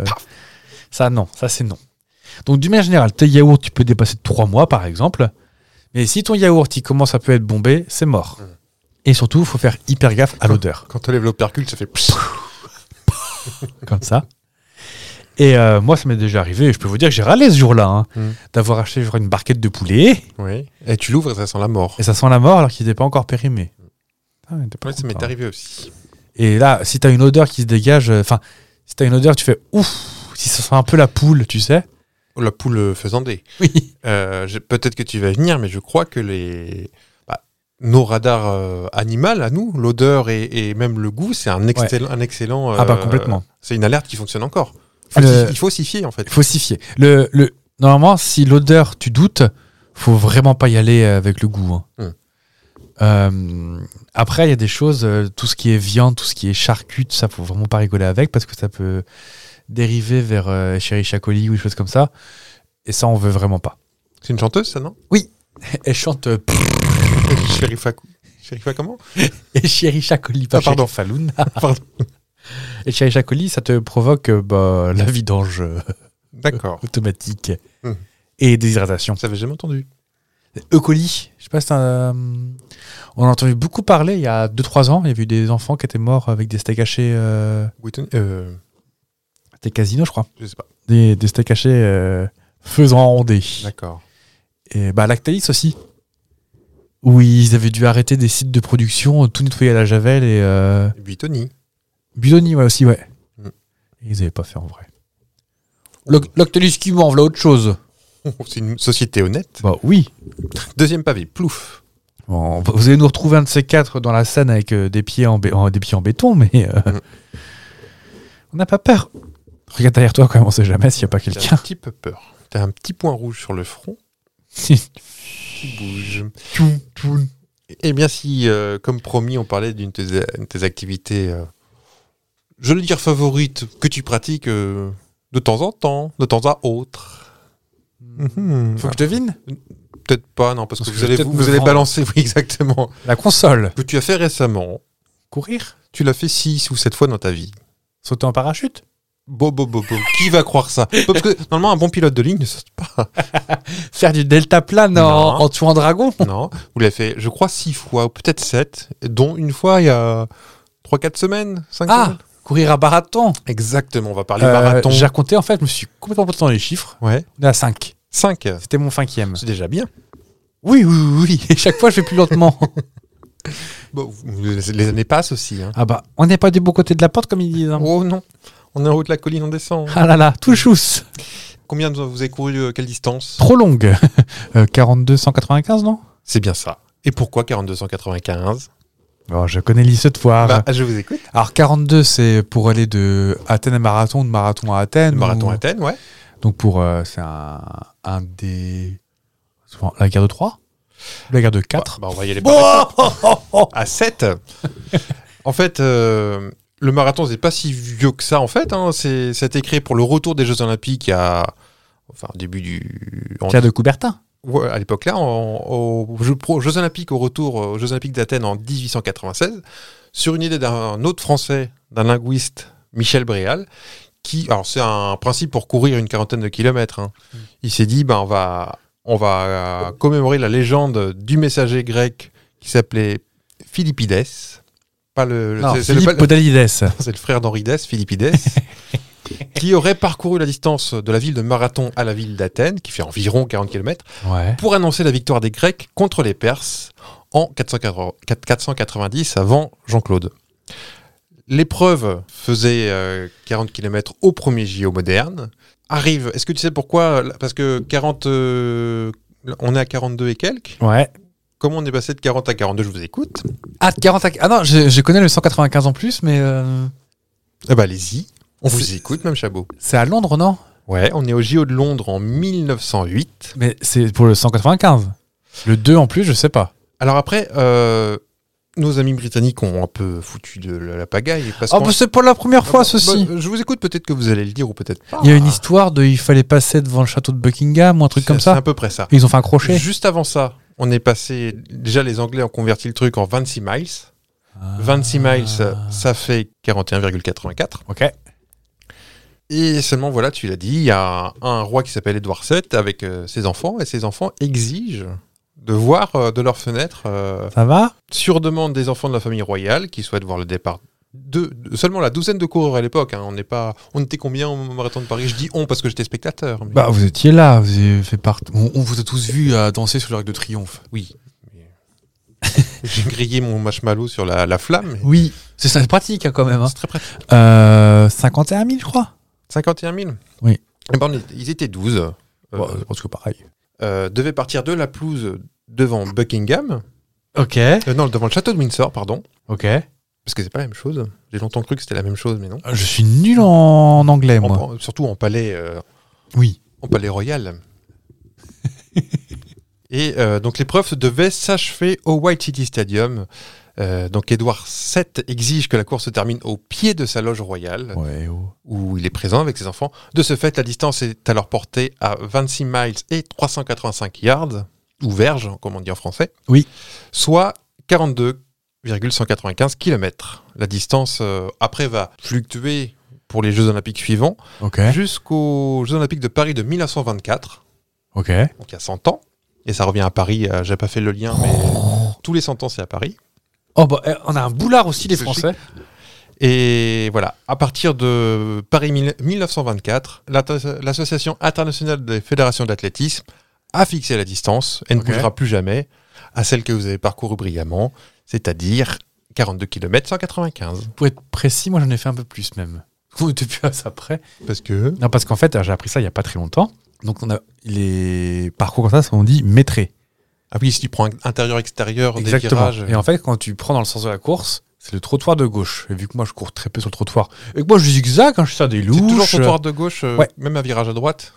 Speaker 1: ça, non. Ça, c'est non. Donc, d'une manière générale, tes yaourts, tu peux dépasser de 3 mois, par exemple. Mais si ton yaourt, il commence à peut être bombé, c'est mort.
Speaker 2: Mhm.
Speaker 1: Et surtout, il faut faire hyper gaffe à l'odeur,
Speaker 2: Quand on lève l'opercule, ça fait.
Speaker 1: comme ça. Et euh, moi, ça m'est déjà arrivé. et Je peux vous dire que j'ai râlé ce jour-là. hein,
Speaker 2: Mhm.
Speaker 1: D'avoir acheté je crois, une barquette de poulet.
Speaker 2: Oui. Et tu l'ouvres et ça sent la mort.
Speaker 1: Et ça sent la mort alors qu'il n'était pas encore périmé. Ah, il était pas
Speaker 2: Ouais, ça
Speaker 1: content.
Speaker 2: m'est arrivé aussi.
Speaker 1: Et là, si t'as une odeur qui se dégage, euh, enfin, si t'as une odeur, tu fais ouf, si ça sent un peu la poule, tu sais.
Speaker 2: Oh, La poule euh, faisandée.
Speaker 1: Oui.
Speaker 2: Euh, je- Peut-être que tu vas venir, mais je crois que les. bah, nos radars euh, animaux, à nous, l'odeur et, et même le goût, c'est un, excell- un excellent.
Speaker 1: Ah bah,
Speaker 2: euh,
Speaker 1: complètement.
Speaker 2: C'est une alerte qui fonctionne encore.
Speaker 1: Faut
Speaker 2: Il faut
Speaker 1: le-
Speaker 2: s'y- Il faut s'y fier, en fait.
Speaker 1: Il faut s'y fier. Le, le, normalement, si l'odeur, tu doutes, faut vraiment pas y aller euh, avec le goût. hein.
Speaker 2: Hum.
Speaker 1: Euh, après, il y a des choses, euh, tout ce qui est viande, tout ce qui est charcut, ça, faut vraiment pas rigoler avec parce que ça peut dériver vers euh, Chéri Chacoli ou des choses comme ça. Et ça, on veut vraiment pas.
Speaker 2: C'est une chanteuse, ça, non
Speaker 1: Elle chante euh,
Speaker 2: Sherifa. Sherifa, comment
Speaker 1: Et Chéri Chacoli, pas
Speaker 2: Ah, pardon.
Speaker 1: Chéri Falouna.
Speaker 2: Pardon.
Speaker 1: Et Chéri Chacoli, ça te provoque euh, bah, la vidange euh,
Speaker 2: D'accord.
Speaker 1: automatique
Speaker 2: Hmm.
Speaker 1: et déshydratation.
Speaker 2: Ça n'avait jamais entendu.
Speaker 1: E. coli, je sais pas si t'as, euh, on en a entendu beaucoup parler il y a 2-3 ans. Il y avait eu des enfants qui étaient morts avec des steaks hachés, euh,
Speaker 2: Whitney- euh,
Speaker 1: des casinos, je crois.
Speaker 2: je sais pas.
Speaker 1: Des, des steaks hachés euh, faisant ronder.
Speaker 2: D'accord.
Speaker 1: Et bah, Lactalis aussi. Où ils avaient dû arrêter des sites de production, euh, tout nettoyer à la javel et. euh,
Speaker 2: Buitoni.
Speaker 1: Budoni, ouais, aussi, ouais.
Speaker 2: Mm.
Speaker 1: Ils avaient pas fait en vrai. L'Octolus qui mange, voilà autre chose.
Speaker 2: C'est une société honnête.
Speaker 1: Bah oui.
Speaker 2: Deuxième pavé, plouf.
Speaker 1: Bon, on- vous allez nous retrouver un de ces quatre dans la scène avec euh, des, pieds en bé- en- des pieds en béton, mais euh,
Speaker 2: Mm.
Speaker 1: on n'a pas peur. Regarde derrière toi quand même, on sait jamais s'il n'y a pas
Speaker 2: T'as un
Speaker 1: quelqu'un.
Speaker 2: petit peu peur. T'as un petit point rouge sur le front qui bouge. Eh bien, si, euh, comme promis, on parlait d'une de tes- une de tes activités, euh, je vais dire favorite, que tu pratiques euh, de temps en temps, de temps à autre. Mhm.
Speaker 1: Faut que je devine
Speaker 2: Peut-être pas, non, parce,
Speaker 1: Parce
Speaker 2: que,
Speaker 1: que
Speaker 2: vous
Speaker 1: je vais
Speaker 2: allez,
Speaker 1: peut-être
Speaker 2: vous,
Speaker 1: me
Speaker 2: allez
Speaker 1: vendre.
Speaker 2: balancer, oui, exactement.
Speaker 1: La console.
Speaker 2: Que tu as fait récemment,
Speaker 1: Courir
Speaker 2: tu l'as fait six ou sept fois dans ta vie.
Speaker 1: Sauter en parachute
Speaker 2: Bo, bo, bo, bo. Qui va croire ça Parce que normalement, un bon pilote de ligne ne saute pas.
Speaker 1: Faire du delta plane
Speaker 2: en- en
Speaker 1: tuant dragon
Speaker 2: Non, vous l'avez fait, je crois, six fois, ou peut-être sept, dont une fois il y a trois, quatre semaines, cinq
Speaker 1: Ah
Speaker 2: semaines.
Speaker 1: Courir à marathon
Speaker 2: Exactement, on va parler
Speaker 1: Euh,
Speaker 2: marathon.
Speaker 1: J'ai raconté, en fait, je me suis complètement planté dans les chiffres.
Speaker 2: Ouais,
Speaker 1: On est à 5.
Speaker 2: cinq.
Speaker 1: C'était mon cinquième.
Speaker 2: C'est déjà bien.
Speaker 1: Oui, oui, oui, oui. Et chaque fois, je vais plus lentement.
Speaker 2: Bon, vous- les années passent aussi. hein.
Speaker 1: ah bah, on n'est pas du bon côté de la porte, comme ils disent. hein.
Speaker 2: Oh non, on est en haut de la colline, on descend.
Speaker 1: Ah là là, tout chousse.
Speaker 2: Combien de- vous avez couru, euh, quelle distance
Speaker 1: Trop longue. Euh, 42, 195, non
Speaker 2: C'est bien ça. Et pourquoi 4295
Speaker 1: Bon, Oh, je connais l'issue de foire.
Speaker 2: bah, Je vous écoute.
Speaker 1: Alors 42, c'est pour aller de Athènes à Marathon, de Marathon à Athènes.
Speaker 2: Le marathon
Speaker 1: ou-
Speaker 2: Athènes, ouais.
Speaker 1: Donc pour euh, c'est un, un des souvent, la guerre de 3 la guerre de 4
Speaker 2: Bah, on va y aller par
Speaker 1: Oh.
Speaker 2: à 7. en fait, euh, le marathon, c'est pas si vieux que ça, en fait. hein. C'est, ça a été créé pour le retour des Jeux Olympiques à. Enfin, au début du. en-
Speaker 1: Pierre de Coubertin.
Speaker 2: Ouais, à l'époque-là, en- aux Jeux, pro- aux Jeux Olympiques, au retour aux Jeux Olympiques d'Athènes en 1896, sur une idée d'un autre Français, d'un linguiste, Michel Bréal, qui, alors c'est un principe pour courir une quarantaine de kilomètres. hein.
Speaker 1: Mm.
Speaker 2: Il s'est dit, ben on va, on va euh, commémorer la légende du messager grec qui s'appelait Philippides. Pas le, le-
Speaker 1: Non,
Speaker 2: c'est- c'est le-
Speaker 1: Philippe Podalides.
Speaker 2: c'est le frère d'Henrides, Philippides, qui aurait parcouru la distance de la ville de Marathon à la ville d'Athènes, qui fait environ 40 km,
Speaker 1: Ouais.
Speaker 2: pour annoncer la victoire des Grecs contre les Perses en 480 490 avant Jean-Claude. L'épreuve faisait euh, 40 km au premier JO moderne. Arrive, est-ce que tu sais pourquoi Parce que 40, euh, on est à 42 et quelques.
Speaker 1: Ouais.
Speaker 2: Comment on est passé de 40 à 42 Je vous écoute.
Speaker 1: Ah, 40 à- Ah non, je, je connais le 195 en plus, mais euh,
Speaker 2: Eh ben, allez-y. On vous
Speaker 1: C'est-
Speaker 2: écoute, même Chabot.
Speaker 1: c'est à Londres, non
Speaker 2: Ouais, on est au JO de Londres en 1908.
Speaker 1: Mais c'est pour le 195. Le 2 en plus, je sais pas.
Speaker 2: Alors après, euh, nos amis britanniques ont un peu foutu de la la pagaille. Parce
Speaker 1: Oh,
Speaker 2: qu'en-
Speaker 1: bah, c'est pour la première fois,
Speaker 2: Bah,
Speaker 1: ceci.
Speaker 2: bah, je vous écoute, peut-être que vous allez le dire ou peut-être pas.
Speaker 1: Il y a une histoire de il fallait passer devant le château de Buckingham ou un truc comme
Speaker 2: C'est à
Speaker 1: ça.
Speaker 2: peu près ça.
Speaker 1: Et Ils ont fait un crochet.
Speaker 2: Juste avant ça, on est passé. Déjà, les Anglais ont converti le truc en 26 miles.
Speaker 1: Ah.
Speaker 2: 26 miles, ça fait 41,84.
Speaker 1: Ok.
Speaker 2: Et seulement, voilà, tu l'as dit, il y a un, un roi qui s'appelle Édouard VII avec euh, ses enfants, et ses enfants exigent de voir euh, de leur fenêtre euh,
Speaker 1: Ça va
Speaker 2: sur demande des enfants de la famille royale qui souhaitent voir le départ de, de- seulement la douzaine de coureurs à l'époque. hein. on n'est pas, on était combien au marathon de Paris Je dis on parce que j'étais spectateur. mais-
Speaker 1: Bah, vous étiez là, vous avez fait partie. On, on vous a tous vu à danser sur l'arc de triomphe.
Speaker 2: oui. mais- J'ai grillé mon marshmallow sur la, la flamme. mais
Speaker 1: Oui, c'est ça, c'est pratique hein, quand même. hein.
Speaker 2: C'est très près.
Speaker 1: Euh, 51 000, je crois.
Speaker 2: 51 000.
Speaker 1: Oui.
Speaker 2: Eh ben, on est- ils étaient 12. euh,
Speaker 1: je pense que pareil.
Speaker 2: euh, devaient partir de la pelouse devant Buckingham.
Speaker 1: Ok, Euh,
Speaker 2: Euh, non, devant le château de Windsor, pardon.
Speaker 1: ok.
Speaker 2: Parce que c'est pas la même chose. J'ai longtemps cru que c'était la même chose, mais non.
Speaker 1: Je suis nul en, en anglais,
Speaker 2: En-
Speaker 1: moi.
Speaker 2: en- surtout en palais, euh,
Speaker 1: Oui.
Speaker 2: en palais royal. Et euh, donc l'épreuve devait s'achever au White City Stadium. Euh, donc Édouard VII exige que la course se termine au pied de sa loge royale,
Speaker 1: Ouais, oh.
Speaker 2: où il est présent avec ses enfants. De ce fait, la distance est alors portée à 26 miles et 385 yards, ou verges, comme on dit en français.
Speaker 1: Oui.
Speaker 2: Soit 42,195 km. La distance euh, après va fluctuer pour les Jeux Olympiques suivants
Speaker 1: Ok,
Speaker 2: jusqu'aux Jeux Olympiques de Paris de 1924,
Speaker 1: ok.
Speaker 2: donc il y a 100 ans. Et ça revient à Paris, euh, j'ai pas fait le lien, mais tous les 100 ans c'est à Paris.
Speaker 1: Oh, bah, eh, on a un boulard aussi, les
Speaker 2: C'est
Speaker 1: Français.
Speaker 2: Et voilà, à partir de Paris mille- 1924, l'atta- l'Association internationale des fédérations d'athlétisme a fixé la distance et ne
Speaker 1: Ok.
Speaker 2: bougera plus jamais à celle que vous avez parcourue brillamment, c'est-à-dire 42 km 195.
Speaker 1: Pour être précis, moi j'en ai fait un peu plus même. On était plus à ça près.
Speaker 2: Parce que
Speaker 1: Non, parce qu'en fait, j'ai appris ça il n'y a pas très longtemps. Donc, on a les parcours comme ça, on dit métré.
Speaker 2: Ah oui, si tu prends intérieur-extérieur, des
Speaker 1: Exactement.
Speaker 2: virages.
Speaker 1: Et en fait, quand tu prends dans le sens de la course, c'est le trottoir de gauche. Et vu que moi, je cours très peu sur le trottoir, et que moi, je zigzag, hein, je sers des louches.
Speaker 2: C'est toujours trottoir de gauche, euh,
Speaker 1: Ouais.
Speaker 2: même un virage à droite.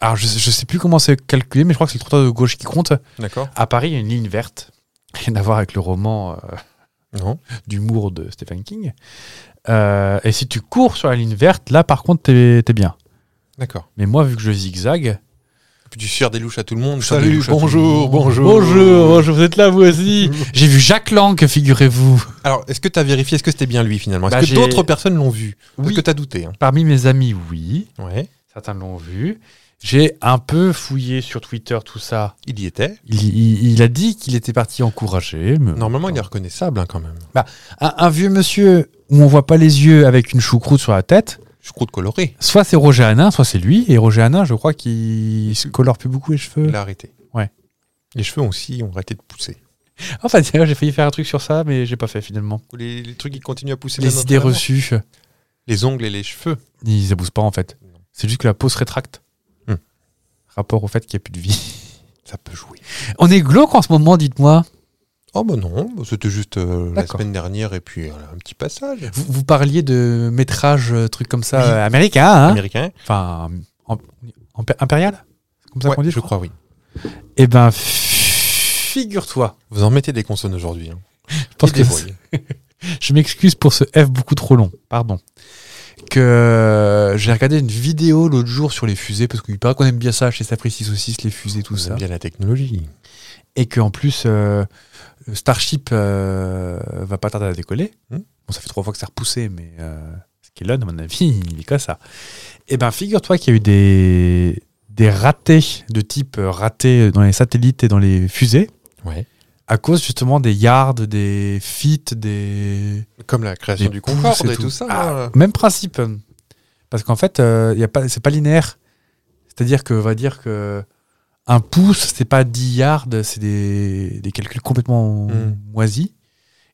Speaker 1: Alors, je, je sais plus comment c'est calculé, mais je crois que c'est le trottoir de gauche qui compte.
Speaker 2: D'accord.
Speaker 1: À Paris, il y a une ligne verte. Rien à voir avec le roman euh,
Speaker 2: Non.
Speaker 1: d'humour de Stephen King. Euh, et si tu cours sur la ligne verte, là, par contre, t'es t'es bien.
Speaker 2: D'accord.
Speaker 1: Mais moi, vu que je zigzag,
Speaker 2: Puis tu sers des louches à tout le monde.
Speaker 1: Je sers des
Speaker 2: Salut,
Speaker 1: louches à tout le
Speaker 2: bonjour,
Speaker 1: monde.
Speaker 2: bonjour.
Speaker 1: Bonjour, bonjour, vous êtes là vous aussi. J'ai vu Jacques Lang, figurez-vous.
Speaker 2: Alors, est-ce que tu as vérifié Est-ce que c'était bien lui finalement Est-ce
Speaker 1: Bah,
Speaker 2: que
Speaker 1: j'ai-
Speaker 2: d'autres personnes l'ont vu Est-ce
Speaker 1: Oui.
Speaker 2: que tu as douté hein
Speaker 1: Parmi mes amis, oui.
Speaker 2: Ouais.
Speaker 1: Certains l'ont vu. J'ai un peu fouillé sur Twitter tout ça.
Speaker 2: Il y était.
Speaker 1: Il, il- il a dit qu'il était parti encourager. mais-
Speaker 2: Normalement, il est reconnaissable hein, quand même.
Speaker 1: Un, un vieux monsieur où on voit pas les yeux avec une choucroute sur la tête,
Speaker 2: Je crois de coloré.
Speaker 1: soit c'est Roger Hanin, soit c'est lui. Et Roger Hanin, je crois qu'il se colore plus beaucoup les cheveux.
Speaker 2: Il a arrêté.
Speaker 1: Euh. Ouais.
Speaker 2: Les cheveux aussi ont arrêté de pousser.
Speaker 1: Enfin, d'ailleurs, j'ai failli faire un truc sur ça, mais j'ai pas fait finalement.
Speaker 2: Les, les trucs qui continuent à pousser. même
Speaker 1: Les
Speaker 2: après
Speaker 1: idées
Speaker 2: la mort.
Speaker 1: reçues,
Speaker 2: Les ongles et les cheveux.
Speaker 1: ils abusent pas en fait. C'est juste que la peau se rétracte.
Speaker 2: Hmm.
Speaker 1: Rapport au fait qu'il n'y a plus de vie.
Speaker 2: Ça peut jouer.
Speaker 1: On est glauque en ce moment, dites-moi.
Speaker 2: Oh bah non, c'était juste euh, la
Speaker 1: D'accord.
Speaker 2: semaine dernière et puis euh, un petit passage
Speaker 1: Vous, vous parliez de métrage, euh, truc comme ça,
Speaker 2: Oui.
Speaker 1: euh, américain, hein
Speaker 2: américain.
Speaker 1: Enfin, em- em- impérial C'est comme ça
Speaker 2: Ouais,
Speaker 1: qu'on dit,
Speaker 2: je crois, oui.
Speaker 1: Eh ben, f- figure-toi.
Speaker 2: Vous en mettez des consonnes aujourd'hui. hein.
Speaker 1: Je pense
Speaker 2: Et
Speaker 1: que
Speaker 2: des
Speaker 1: c'est-
Speaker 2: voyelles.
Speaker 1: je m'excuse pour ce F beaucoup trop long, pardon. Que euh, j'ai regardé une vidéo l'autre jour sur les fusées, parce qu'il paraît qu'on aime bien ça chez Sapristi Saucisse, les fusées, tout
Speaker 2: Vous
Speaker 1: ça.
Speaker 2: aimez bien la technologie.
Speaker 1: et qu'en plus euh, le Starship euh, va pas tarder à décoller.
Speaker 2: Hmm.
Speaker 1: Bon, ça fait trois fois que c'est repoussé, mais euh, ce qui est là, à mon avis, il est comme ça. Et ben, figure-toi qu'il y a eu des des ratés de type euh, ratés dans les satellites et dans les fusées
Speaker 2: Ouais.
Speaker 1: à cause justement des yards, des feats, des
Speaker 2: Comme la création
Speaker 1: Les
Speaker 2: du
Speaker 1: pousses
Speaker 2: Concorde
Speaker 1: et
Speaker 2: et
Speaker 1: tout.
Speaker 2: tout, ça.
Speaker 1: Ah.
Speaker 2: hein.
Speaker 1: même principe. Parce qu'en fait, euh, y a pas, c'est pas linéaire. C'est-à-dire que, on va dire que un pouce, c'est pas 10 yards, c'est des, des calculs complètement
Speaker 2: Hmm.
Speaker 1: moisis.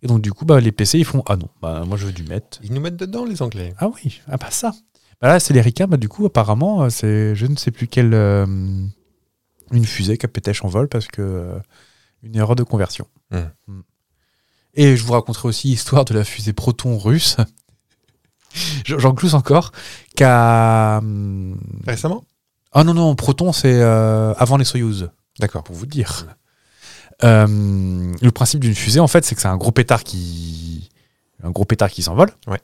Speaker 1: Et donc, du coup, bah, les PC, ils font Ah non, bah, moi je veux du mètre.
Speaker 2: Ils nous mettent dedans, les Anglais.
Speaker 1: Ah oui, ah bah ça. Bah là, c'est les ricains, bah, du coup, apparemment, euh, c'est je ne sais plus quelle. euh, une fusée qui a pétèche en vol parce que. euh, une erreur de conversion.
Speaker 2: Hmm.
Speaker 1: Hmm. Et je vous raconterai aussi l'histoire de la fusée Proton russe. J'en- J'en glousse encore. Qu'à. hum,
Speaker 2: Récemment
Speaker 1: Ah non, non, Proton, c'est euh, avant les Soyouz
Speaker 2: D'accord.
Speaker 1: pour vous dire. Euh, le principe d'une fusée, en fait, c'est que c'est un gros pétard qui, un gros pétard qui s'envole.
Speaker 2: Ouais.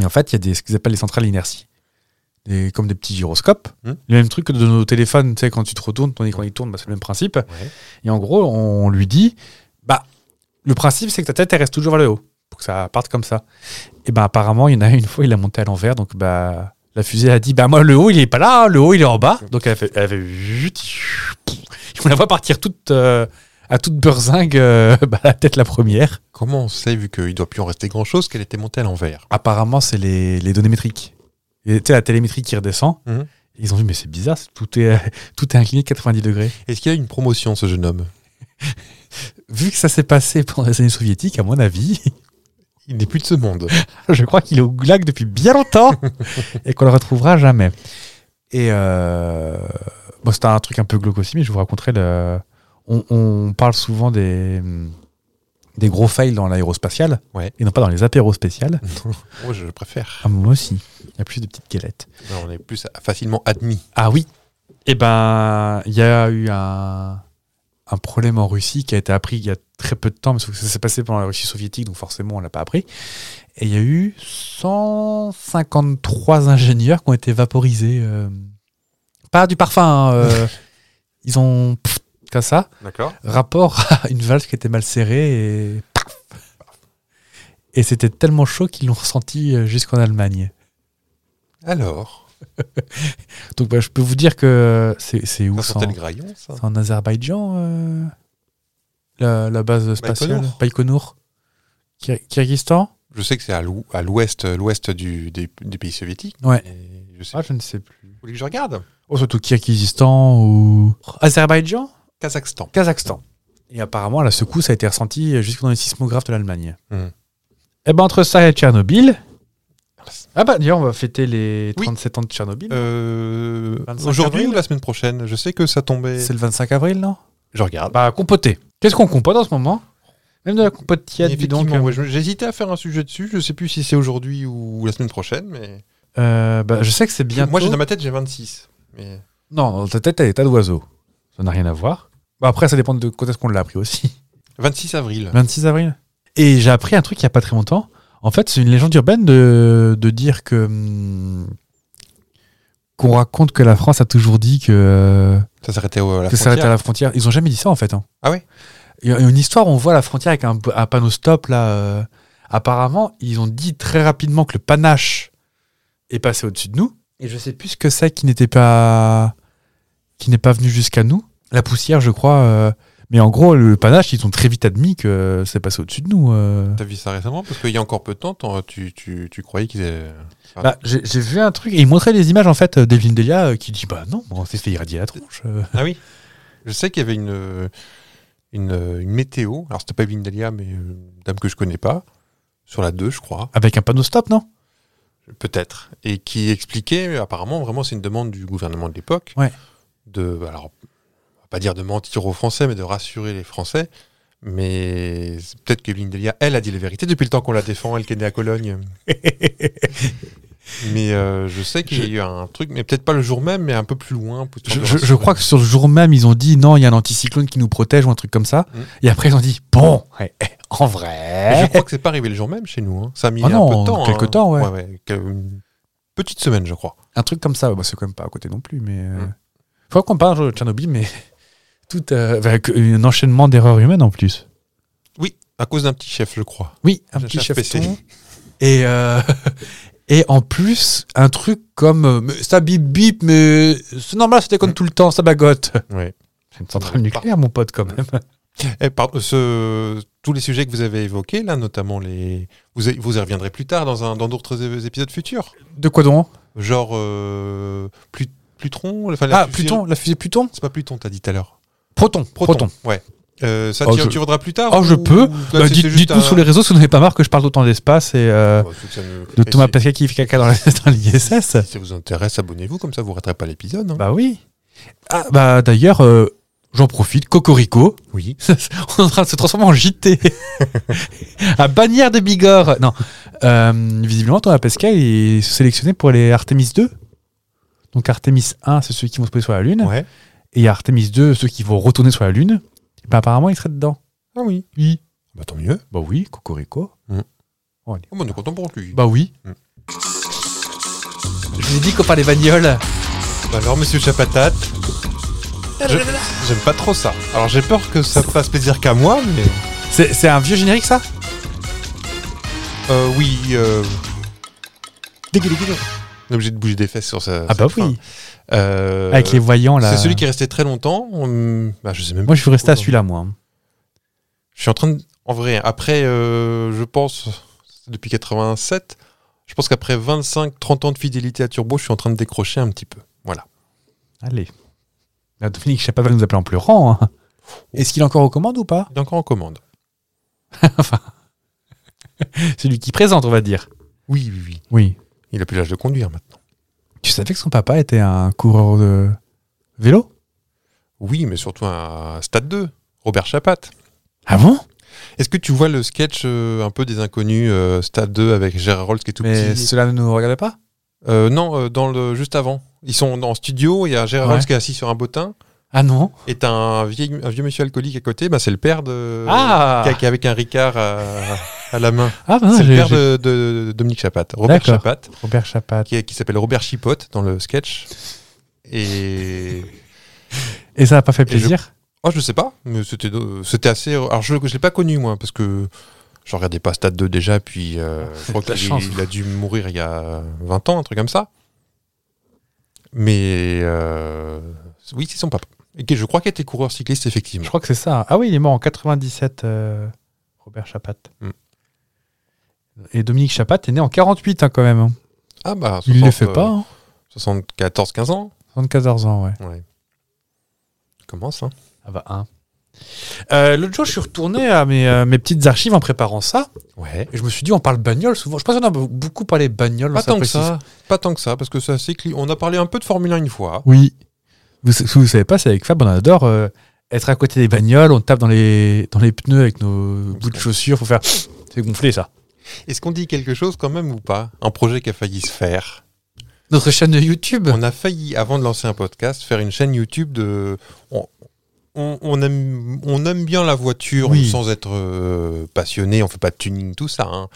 Speaker 1: Et en fait, il y a des, ce qu'ils appellent les centrales inertie. Des- comme des petits gyroscopes.
Speaker 2: Hmm.
Speaker 1: Le même truc que de nos téléphones, tu sais, quand tu te retournes, ton écran il tourne, bah, c'est le même principe.
Speaker 2: Ouais.
Speaker 1: Et en gros, on lui dit, bah, le principe, c'est que ta tête, elle reste toujours vers le haut, pour que ça parte comme ça. Et ben apparemment, il y en a une fois, il a monté à l'envers, donc bah, la fusée a dit, bah, moi, le haut, il est pas là, le haut, il est en bas. Donc, elle fait, elle fait zut, on la voit partir toute, euh, à toute berzingue, euh, bah, la tête la première.
Speaker 2: Comment on sait, vu qu'il ne doit plus en rester grand-chose, qu'elle était montée à l'envers
Speaker 1: Apparemment, c'est les, les données métriques. Et tu sais, la télémétrie qui redescend.
Speaker 2: Mhm.
Speaker 1: Ils ont vu, mais c'est bizarre, c'est- tout est, tout est incliné de 90 degrés.
Speaker 2: Est-ce qu'il a eu une promotion, ce jeune homme
Speaker 1: Vu que ça s'est passé pendant les années soviétiques, à mon avis,
Speaker 2: Il n'est plus de ce monde.
Speaker 1: Je crois qu'il est au goulag depuis bien longtemps et qu'on le retrouvera jamais. Et euh, bon, c'était un truc un peu glauque aussi, mais je vous raconterai le. On, on parle souvent des, des gros fails dans l'aérospatial
Speaker 2: Ouais.
Speaker 1: et non pas dans les apéros spéciales.
Speaker 2: Oh, je préfère.
Speaker 1: Ah, moi aussi, il y a plus de petites galettes.
Speaker 2: Non, on est plus facilement admis.
Speaker 1: Ah oui, et ben il y a eu un, un problème en Russie qui a été appris il y a très peu de temps, mais sauf que ça s'est passé pendant la Russie soviétique, donc forcément on l'a pas appris. Et il y a eu 153 ingénieurs qui ont été vaporisés. euh, pas du parfum, hein, euh, ils ont pff, comme ça,
Speaker 2: D'accord.
Speaker 1: rapport à une valve qui était mal serrée et paf. Et c'était tellement chaud qu'ils l'ont ressenti euh, jusqu'en Allemagne.
Speaker 2: Alors
Speaker 1: Donc bah, je peux vous dire que c'est c'est hein. où
Speaker 2: Ça
Speaker 1: ça en-
Speaker 2: sentait le graillon, ça
Speaker 1: C'est en Azerbaïdjan, euh, la, la base spatiale
Speaker 2: Baïkonour.
Speaker 1: Baïkonour. Kir- Kyrgyzstan
Speaker 2: Je sais que c'est à l'ou- à l'ouest l'ouest du, des, des pays soviétiques.
Speaker 1: Ouais.
Speaker 2: Et Je sais.
Speaker 1: Ah, je ne sais plus.
Speaker 2: Vous voulez que je regarde
Speaker 1: Oh, surtout Kyrgyzstan ou. Azerbaïdjan
Speaker 2: Kazakhstan.
Speaker 1: Kazakhstan. Et apparemment, la secousse a été ressentie jusque dans les sismographes de l'Allemagne.
Speaker 2: Hmm.
Speaker 1: Et ben, entre ça et Tchernobyl. Ah, bah, d'ailleurs, on va fêter les
Speaker 2: Oui.
Speaker 1: 37 ans de Tchernobyl.
Speaker 2: Euh,
Speaker 1: 25
Speaker 2: Aujourd'hui
Speaker 1: avril
Speaker 2: ou la semaine prochaine Je sais que ça tombait.
Speaker 1: C'est le 25 avril, non
Speaker 2: Je regarde.
Speaker 1: Bah, compoter. Qu'est-ce qu'on compote en ce moment Même de la compote tiède, dis donc. euh,
Speaker 2: Effectivement, ouais, je- j'hésitais à faire un sujet dessus. Je sais plus si c'est aujourd'hui ou la semaine prochaine, mais
Speaker 1: Euh, bah, je sais que c'est bien.
Speaker 2: moi, j'ai dans ma tête, j'ai 26. Mais
Speaker 1: Non, dans ta tête, t'as des tas d'oiseaux. Ça n'a rien à voir. Bah, après, ça dépend de quand est-ce qu'on l'a appris aussi.
Speaker 2: 26 avril.
Speaker 1: 26 avril. Et j'ai appris un truc il n'y a pas très longtemps. En fait, c'est une légende urbaine de, de dire que. hum, qu'on raconte que la France a toujours dit que, euh,
Speaker 2: Ça s'arrêtait au- à la
Speaker 1: que ça arrête à
Speaker 2: frontière.
Speaker 1: la frontière. Ils ont jamais dit ça, en fait. hein.
Speaker 2: Ah ouais
Speaker 1: Il y a une histoire, on voit la frontière avec un, un panneau stop, là. euh, apparemment, ils ont dit très rapidement que le panache est passé au-dessus de nous. Et je sais plus ce que c'est qui n'était pas. qui n'est pas venu jusqu'à nous. La poussière, je crois. euh, mais en gros, le panache, ils ont très vite admis que euh, c'est passé au-dessus de nous. euh.
Speaker 2: T'as vu ça récemment Parce qu'il y a encore peu de temps, t'en- tu, tu, tu croyais qu'ils avaient. Ah.
Speaker 1: Bah, j'ai j'ai vu un truc, et il montrait des images en fait d'Evelyne Delia euh, qui dit Bah non, on s'est fait irradier la tronche. euh.
Speaker 2: Ah oui Je sais qu'il y avait une, une, une météo. Alors, c'était pas Evelyne Delia, mais euh, une dame que je connais pas. Sur la 2, je crois.
Speaker 1: Avec un panneau stop, non
Speaker 2: peut-être, et qui expliquait, apparemment, vraiment, c'est une demande du gouvernement de l'époque,
Speaker 1: Ouais.
Speaker 2: de, alors, on va pas dire de mentir aux Français, mais de rassurer les Français. Mais c'est peut-être que Delia, elle, a dit la vérité depuis le temps qu'on la défend, elle qui est née à Cologne. mais euh, je sais qu'il y a eu un truc, mais peut-être pas le jour même, mais un peu plus loin. pour
Speaker 1: Je,
Speaker 2: de
Speaker 1: je- je
Speaker 2: rassurer.
Speaker 1: crois que sur le jour même, ils ont dit non, il y a un anticyclone qui nous protège ou un truc comme ça.
Speaker 2: Mm.
Speaker 1: Et après, ils ont dit bon, eh, eh, en
Speaker 2: Mais
Speaker 1: vrai.
Speaker 2: je crois que c'est pas arrivé le jour même chez nous. hein. Ça a mis
Speaker 1: Ah
Speaker 2: un
Speaker 1: non,
Speaker 2: peu de temps.
Speaker 1: quelque
Speaker 2: hein.
Speaker 1: temps, ouais.
Speaker 2: que- Une petite semaine, je crois.
Speaker 1: Un truc comme ça, bah, c'est quand même pas à côté non plus. Mais euh,
Speaker 2: Mm.
Speaker 1: faudrait qu'on parle de Tchernobyl, mais tout euh, avec un enchaînement d'erreurs humaines en plus.
Speaker 2: Oui, à cause d'un petit chef, je crois.
Speaker 1: Oui, un
Speaker 2: J'ai
Speaker 1: petit
Speaker 2: cherché
Speaker 1: chefton.
Speaker 2: PC.
Speaker 1: Et, euh, et en plus, un truc comme euh, mais ça bip bip, mais c'est normal, ça déconne tout le temps, Hum. ça bagote.
Speaker 2: Ouais.
Speaker 1: C'est une centrale nucléaire, mon pote, quand même.
Speaker 2: Eh, pardon, ce- tous les sujets que vous avez évoqués, là, notamment les. Vous, y- vous y reviendrez plus tard dans un- dans d'autres é- épisodes futurs.
Speaker 1: De quoi donc
Speaker 2: Genre. euh, Plut- Plutron enfin, la
Speaker 1: Ah,
Speaker 2: fusée-
Speaker 1: Pluton, la fusée Pluton
Speaker 2: C'est pas Pluton, t'as dit tout à l'heure.
Speaker 1: Proton,
Speaker 2: Proton.
Speaker 1: Proton.
Speaker 2: Ouais. Euh, ça,
Speaker 1: Oh,
Speaker 2: tu,
Speaker 1: je-
Speaker 2: tu reviendras plus tard
Speaker 1: Oh, je peux.
Speaker 2: là,
Speaker 1: Bah,
Speaker 2: c'était
Speaker 1: dites-
Speaker 2: juste
Speaker 1: Dites-nous
Speaker 2: un-
Speaker 1: sur les réseaux si vous n'avez pas marre que je parle autant d'espace et euh,
Speaker 2: Bah, si ça ne-
Speaker 1: de
Speaker 2: Et
Speaker 1: Thomas
Speaker 2: si-
Speaker 1: Pesquet qui fait caca dans la- dans l'ISS.
Speaker 2: Si ça vous intéresse, abonnez-vous, comme ça vous ne raterez pas l'épisode. hein.
Speaker 1: Bah oui. Ah, bah d'ailleurs, euh, j'en profite, Cocorico,
Speaker 2: oui.
Speaker 1: on est en train de se transformer en JT. à bannière de Bigorre. Non, Euh, visiblement, Thomas Pesquet est sélectionné pour les Artemis 2. Donc Artemis 1, c'est ceux qui vont se poser sur la Lune.
Speaker 2: Ouais.
Speaker 1: Et Artemis 2, ceux qui vont retourner sur la Lune. Bah, apparemment, il serait dedans.
Speaker 2: Ah oui.
Speaker 1: Oui.
Speaker 2: Bah, tant mieux.
Speaker 1: Bah oui, Cocorico.
Speaker 2: Oh, bah, on est content pour lui.
Speaker 1: Bah oui.
Speaker 2: Mm.
Speaker 1: Je vous ai dit qu'on parlait bagnoles. Bah.
Speaker 2: Alors, monsieur Chapatate. Ah, je- J'aime pas trop ça. Alors, j'ai peur que ça fasse plaisir qu'à moi, mais.
Speaker 1: C'est c'est un vieux générique, ça
Speaker 2: Euh, oui. Euh... dégueu, dégueu, dégueu. On est obligé de bouger des fesses sur ça.
Speaker 1: Ah bah oui. Avec les voyants, là.
Speaker 2: Euh, C'est celui qui est resté très longtemps. on- Bah, je sais même
Speaker 1: Moi,
Speaker 2: pas.
Speaker 1: je suis resté à celui-là, moi. hein.
Speaker 2: Je suis en train de. En vrai, après, euh, je pense, c'est depuis 87, je pense qu'après 25-30 ans de fidélité à Turbo, je suis en train de décrocher un petit peu. Voilà.
Speaker 1: Allez. Ah, Dominique Chapat va nous appeler en pleurant. hein. Est-ce qu'il est encore aux commandes ou pas
Speaker 2: Il est encore en commande.
Speaker 1: Celui qui présente, on va dire.
Speaker 2: Oui, oui, oui.
Speaker 1: Oui.
Speaker 2: Il a plus l'âge de conduire maintenant.
Speaker 1: Tu savais que son papa était un coureur de vélo
Speaker 2: Oui, mais surtout à Stade 2, Robert Chapat.
Speaker 1: Ah bon
Speaker 2: Est-ce que tu vois le sketch euh, un peu des inconnus euh, Stade 2 avec Gérard Rolls qui est tout
Speaker 1: Mais
Speaker 2: petit
Speaker 1: cela ne nous regardait pas
Speaker 2: Euh, non, euh, dans le juste avant. Ils sont en studio, il y a Gérard
Speaker 1: Ouais.
Speaker 2: Rolls qui est assis sur un bottin,
Speaker 1: Ah non
Speaker 2: et t'as un, vieil- un vieux monsieur alcoolique à côté, bah, c'est le père de...
Speaker 1: Ah
Speaker 2: qui a- qui est avec un Ricard à, à la main.
Speaker 1: Ah bah non,
Speaker 2: c'est le
Speaker 1: j'ai-
Speaker 2: père
Speaker 1: j'ai-
Speaker 2: de, de- de Dominique Chapat, Robert
Speaker 1: D'accord.
Speaker 2: Chapat,
Speaker 1: Robert Chapat.
Speaker 2: qui, est- qui s'appelle Robert Chipote dans le sketch. Et...
Speaker 1: Et ça n'a pas fait
Speaker 2: Et je-
Speaker 1: plaisir
Speaker 2: Oh, je sais pas, mais c'était euh, c'était assez... Alors, je ne l'ai pas connu, moi, parce que je regardais pas Stade 2 déjà, puis euh, je crois
Speaker 1: de la
Speaker 2: qu'il
Speaker 1: chance.
Speaker 2: il a dû mourir il y a 20 ans, un truc comme ça. Mais euh, oui, c'est son papa. Et qui- je crois qu'il était coureur cycliste,
Speaker 1: je...
Speaker 2: effectivement.
Speaker 1: crois que c'est ça. Ah oui, il est mort en 97, euh, Robert Chapat.
Speaker 2: Hmm.
Speaker 1: Et Dominique Chapat est né en 48 hein, quand même.
Speaker 2: Ah bah,
Speaker 1: Il ne le
Speaker 2: 60,
Speaker 1: fait pas,
Speaker 2: euh,
Speaker 1: hein.
Speaker 2: 74, 15 ans
Speaker 1: 74 ans, ouais.
Speaker 2: Ouais. Commence, hein.
Speaker 1: Ah bah, hein. Euh, L'autre jour, je suis retourné à mes, euh, mes petites archives en préparant ça.
Speaker 2: Ouais.
Speaker 1: Et je me suis dit, on parle bagnole souvent. Je pense qu'on a beaucoup parlé bagnole.
Speaker 2: Pas
Speaker 1: dans
Speaker 2: tant que
Speaker 1: cet
Speaker 2: ça, pas tant que ça, parce que ça c'est assez cli- On a parlé un peu de Formule 1 une fois.
Speaker 1: Oui. Vous, si vous savez pas, c'est avec Fab, on adore euh, être à côté des bagnoles, on tape dans les, dans les pneus avec nos bouts de chaussures, faut faire. C'est gonflé ça.
Speaker 2: Est-ce qu'on dit quelque chose quand même ou pas Un projet qui a failli se faire.
Speaker 1: Notre chaîne de YouTube.
Speaker 2: On a failli, avant de lancer un podcast, faire une chaîne YouTube de. On, on- on aime, on aime bien la voiture
Speaker 1: Oui.
Speaker 2: sans être euh, passionné, on fait pas de tuning, tout ça. hein.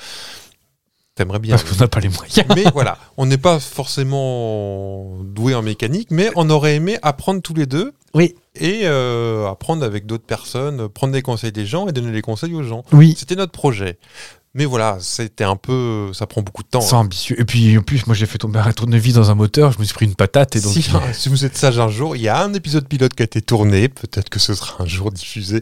Speaker 2: T'aimerais bien.
Speaker 1: Parce qu'on n'a pas les moyens.
Speaker 2: mais voilà, on n'est pas forcément doué en mécanique, mais on aurait aimé apprendre tous les deux.
Speaker 1: Oui.
Speaker 2: Et euh, apprendre avec d'autres personnes, euh, prendre des conseils des gens et donner les conseils aux gens.
Speaker 1: Oui.
Speaker 2: C'était notre projet. Mais voilà, c'était un peu. Ça prend beaucoup de temps. hein.
Speaker 1: C'est ambitieux. Et puis en plus, moi j'ai fait tomber un tournevis dans un moteur, je me suis pris une patate et donc.
Speaker 2: si, si vous êtes sage un jour, il y a un épisode pilote qui a été tourné. Peut-être que ce sera un jour diffusé.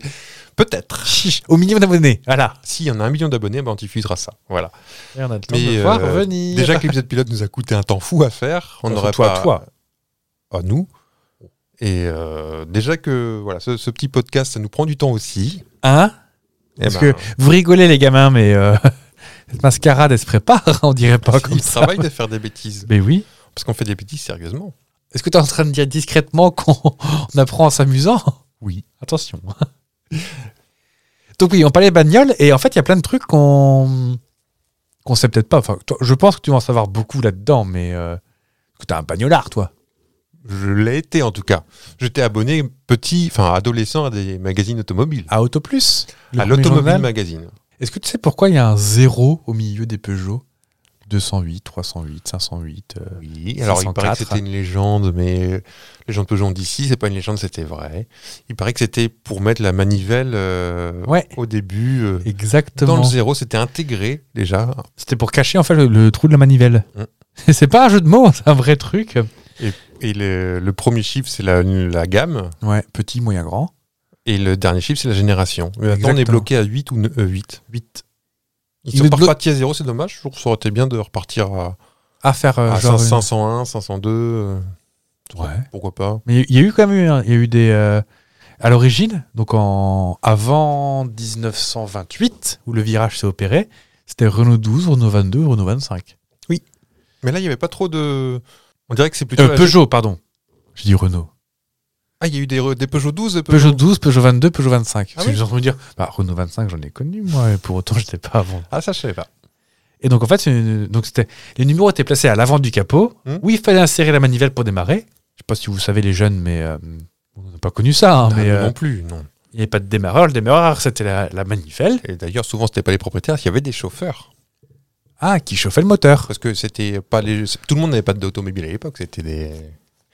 Speaker 2: Peut-être.
Speaker 1: Chiche, au minimum d'abonnés. Voilà.
Speaker 2: S'il y en a un million d'abonnés, ben on diffusera ça. Voilà.
Speaker 1: Et on a le temps
Speaker 2: Mais,
Speaker 1: de voir
Speaker 2: euh,
Speaker 1: revenir.
Speaker 2: Déjà que l'épisode pilote nous a coûté un temps fou à faire. On
Speaker 1: Enfin,
Speaker 2: n'aurait
Speaker 1: toi,
Speaker 2: pas.
Speaker 1: toi.
Speaker 2: à nous. Et euh, déjà que voilà, ce, ce petit podcast, ça nous prend du temps aussi.
Speaker 1: Hein
Speaker 2: Eh
Speaker 1: Parce
Speaker 2: ben,
Speaker 1: que vous rigolez les gamins, mais euh, cette mascarade elle se prépare, on dirait pas comme
Speaker 2: il
Speaker 1: ça.
Speaker 2: travaille de faire des bêtises.
Speaker 1: Mais oui.
Speaker 2: Parce qu'on fait des bêtises sérieusement.
Speaker 1: Est-ce que tu es en train de dire discrètement qu'on on apprend en s'amusant
Speaker 2: Oui.
Speaker 1: Attention. Donc oui, on parlait bagnoles et en fait, il y a plein de trucs qu'on qu'on sait peut-être pas. Enfin, toi, je pense que tu vas en savoir beaucoup là-dedans, mais euh, que t'as un bagnolard, toi.
Speaker 2: Je l'ai été en tout cas. J'étais abonné petit, enfin adolescent à des magazines automobiles.
Speaker 1: À Auto Plus, le
Speaker 2: à
Speaker 1: premier
Speaker 2: l'Automobile
Speaker 1: journal.
Speaker 2: Magazine.
Speaker 1: Est-ce que tu sais pourquoi il y a un zéro au milieu des Peugeot 208, 308, 508 euh,
Speaker 2: Oui. Alors il paraît que
Speaker 1: 504.
Speaker 2: c'était une légende, mais euh, les gens de Peugeot ont dit si, c'est pas une légende, c'était vrai. Il paraît que c'était pour mettre la manivelle euh,
Speaker 1: Ouais,
Speaker 2: au début. euh, dans
Speaker 1: exactement.
Speaker 2: le zéro, c'était intégré déjà.
Speaker 1: C'était pour cacher en fait le, le trou de la manivelle.
Speaker 2: Hum.
Speaker 1: C'est pas un jeu de mots, c'est un vrai truc.
Speaker 2: Et le, le premier chiffre, c'est la- la gamme.
Speaker 1: Ouais, petit, moyen, grand.
Speaker 2: Et le dernier chiffre, c'est la génération. Mais maintenant, on est
Speaker 1: Exactement.
Speaker 2: bloqué à 8 ou ne- euh, 8.
Speaker 1: 8.
Speaker 2: Ils
Speaker 1: Il
Speaker 2: sont
Speaker 1: est
Speaker 2: partis
Speaker 1: blo-
Speaker 2: à zéro, c'est dommage. Je trouve que ça aurait été bien de repartir à,
Speaker 1: À faire euh,
Speaker 2: à
Speaker 1: genre une-
Speaker 2: 501, 502. euh,
Speaker 1: Ouais.
Speaker 2: Pourquoi pas
Speaker 1: Mais il y a eu quand même eu, hein, il y a eu des euh, à l'origine, donc en avant 1928 où le virage s'est opéré, c'était Renault 12, Renault 22, Renault 25.
Speaker 2: Mais là, il n'y avait pas trop de. On dirait que c'est plutôt.
Speaker 1: Euh,
Speaker 2: la-
Speaker 1: Peugeot, pardon. Je dis Renault.
Speaker 2: Ah, il y a eu des, re- des Peugeot 12 Peugeot.
Speaker 1: Peugeot 12, Peugeot 22, Peugeot 25.
Speaker 2: Ah
Speaker 1: Parce que
Speaker 2: oui
Speaker 1: les gens vont me dire, bah, Renault 25, j'en ai connu moi, et pour autant, j'étais pas avant.
Speaker 2: Ah, ça, je savais pas.
Speaker 1: Et donc en fait, c'est une- donc c'était les numéros étaient placés à l'avant du capot,
Speaker 2: Hmm.
Speaker 1: où il fallait insérer la manivelle pour démarrer. Je sais pas si vous le savez les jeunes, mais euh, on n'a pas connu ça. hein,
Speaker 2: Ah,
Speaker 1: mais
Speaker 2: nous
Speaker 1: euh,
Speaker 2: Non plus, non.
Speaker 1: il n'y avait pas de démarreur. Le démarreur, c'était la, la manivelle.
Speaker 2: Et d'ailleurs, souvent, c'était pas les propriétaires, il y avait des chauffeurs.
Speaker 1: Ah, qui chauffait le moteur.
Speaker 2: Parce que c'était pas les. c'est- Tout le monde n'avait pas d'automobile à l'époque. C'était des.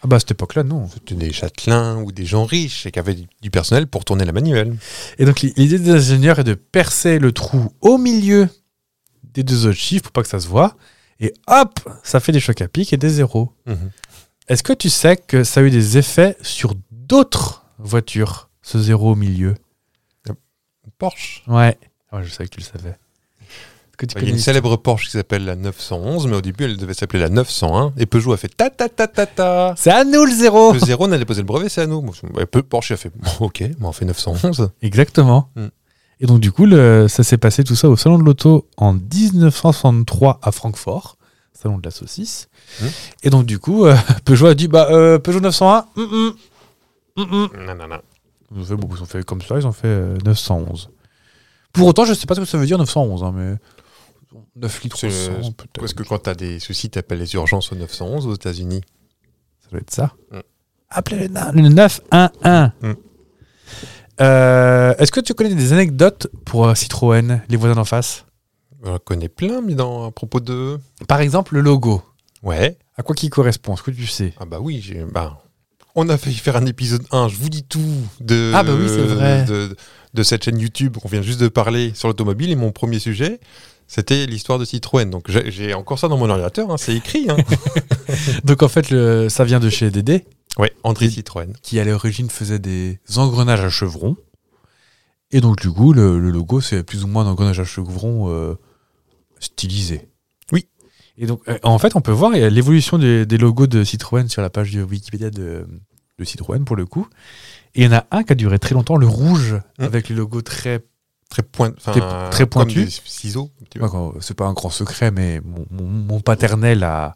Speaker 1: Ah bah à cette époque-là, non.
Speaker 2: C'était des châtelains ou des gens riches et qui avaient du- du personnel pour tourner la manuelle.
Speaker 1: Et donc l'i- l'idée des ingénieurs est de percer le trou au milieu des deux autres chiffres pour pas que ça se voit. Et hop, ça fait des chocs à pic et des zéros.
Speaker 2: Mhm.
Speaker 1: Est-ce que tu sais que ça a eu des effets sur d'autres voitures, ce zéro au milieu
Speaker 2: Porsche.
Speaker 1: Ouais. Ouais, je savais que tu le savais. Est-ce que tu
Speaker 2: Il y a une
Speaker 1: connais-
Speaker 2: célèbre Porsche qui s'appelle la 911, mais au début elle devait s'appeler la 901. Et Peugeot a fait ta ta ta ta ta.
Speaker 1: C'est à nous le zéro
Speaker 2: Le zéro, on a déposé le brevet, c'est à nous. Moi, je- ouais, peu- Porsche a fait bon, ok, mais on fait 911.
Speaker 1: Exactement.
Speaker 2: Hmm.
Speaker 1: Et donc, du coup, le- ça s'est passé tout ça au Salon de l'Auto en 1963 à Francfort, Salon de la Saucisse.
Speaker 2: Hmm.
Speaker 1: Et donc, du coup, euh, Peugeot a dit bah, euh, Peugeot 901, hum, hum, hum, hum.
Speaker 2: Nanana.
Speaker 1: Ils ont fait, bon, ils ont fait comme ça, ils ont fait euh, 911. Pour autant, je sais pas ce que ça veut dire 911, hein, mais 9 litres
Speaker 2: C'est-
Speaker 1: au 100, peut-être.
Speaker 2: Parce que quand t'as des soucis, t'appelles les urgences au 911 aux États-Unis.
Speaker 1: Ça doit être ça.
Speaker 2: Mm.
Speaker 1: Appelez le, na- le 911.
Speaker 2: Mm.
Speaker 1: Euh, Est-ce que tu connais des anecdotes pour euh, Citroën, les voisins d'en face
Speaker 2: On en connaît plein, mais dans, à propos de.
Speaker 1: Par exemple, le logo.
Speaker 2: Ouais.
Speaker 1: À quoi qui correspond Est-ce que tu sais
Speaker 2: Ah bah oui, j'ai- bah, on a failli faire un épisode 1, je vous dis tout, de,
Speaker 1: Ah bah oui, c'est vrai.
Speaker 2: de, de cette chaîne YouTube qu'on vient juste de parler sur l'automobile. Et mon premier sujet, c'était l'histoire de Citroën. Donc j'ai j'ai encore ça dans mon ordinateur, hein, c'est écrit. Hein.
Speaker 1: Donc en fait, le- ça vient de chez Dédé,
Speaker 2: ouais, André Citroën.
Speaker 1: qui à l'origine faisait des engrenages à chevrons. Et donc du coup, le, le logo, c'est plus ou moins un engrenage à chevrons euh, stylisé.
Speaker 2: Oui.
Speaker 1: Et donc, euh, en fait, on peut voir il y a l'évolution des, des logos de Citroën sur la page de Wikipédia de, de Citroën, pour le coup. Et il y en a un qui a duré très longtemps, le rouge,
Speaker 2: Mm.
Speaker 1: avec le logo très...
Speaker 2: Très, point, enfin,
Speaker 1: Très- très pointu.
Speaker 2: comme des ciseaux. un petit peu.
Speaker 1: Enfin, quand- C'est pas un grand secret, mais mon, mon- mon paternel a,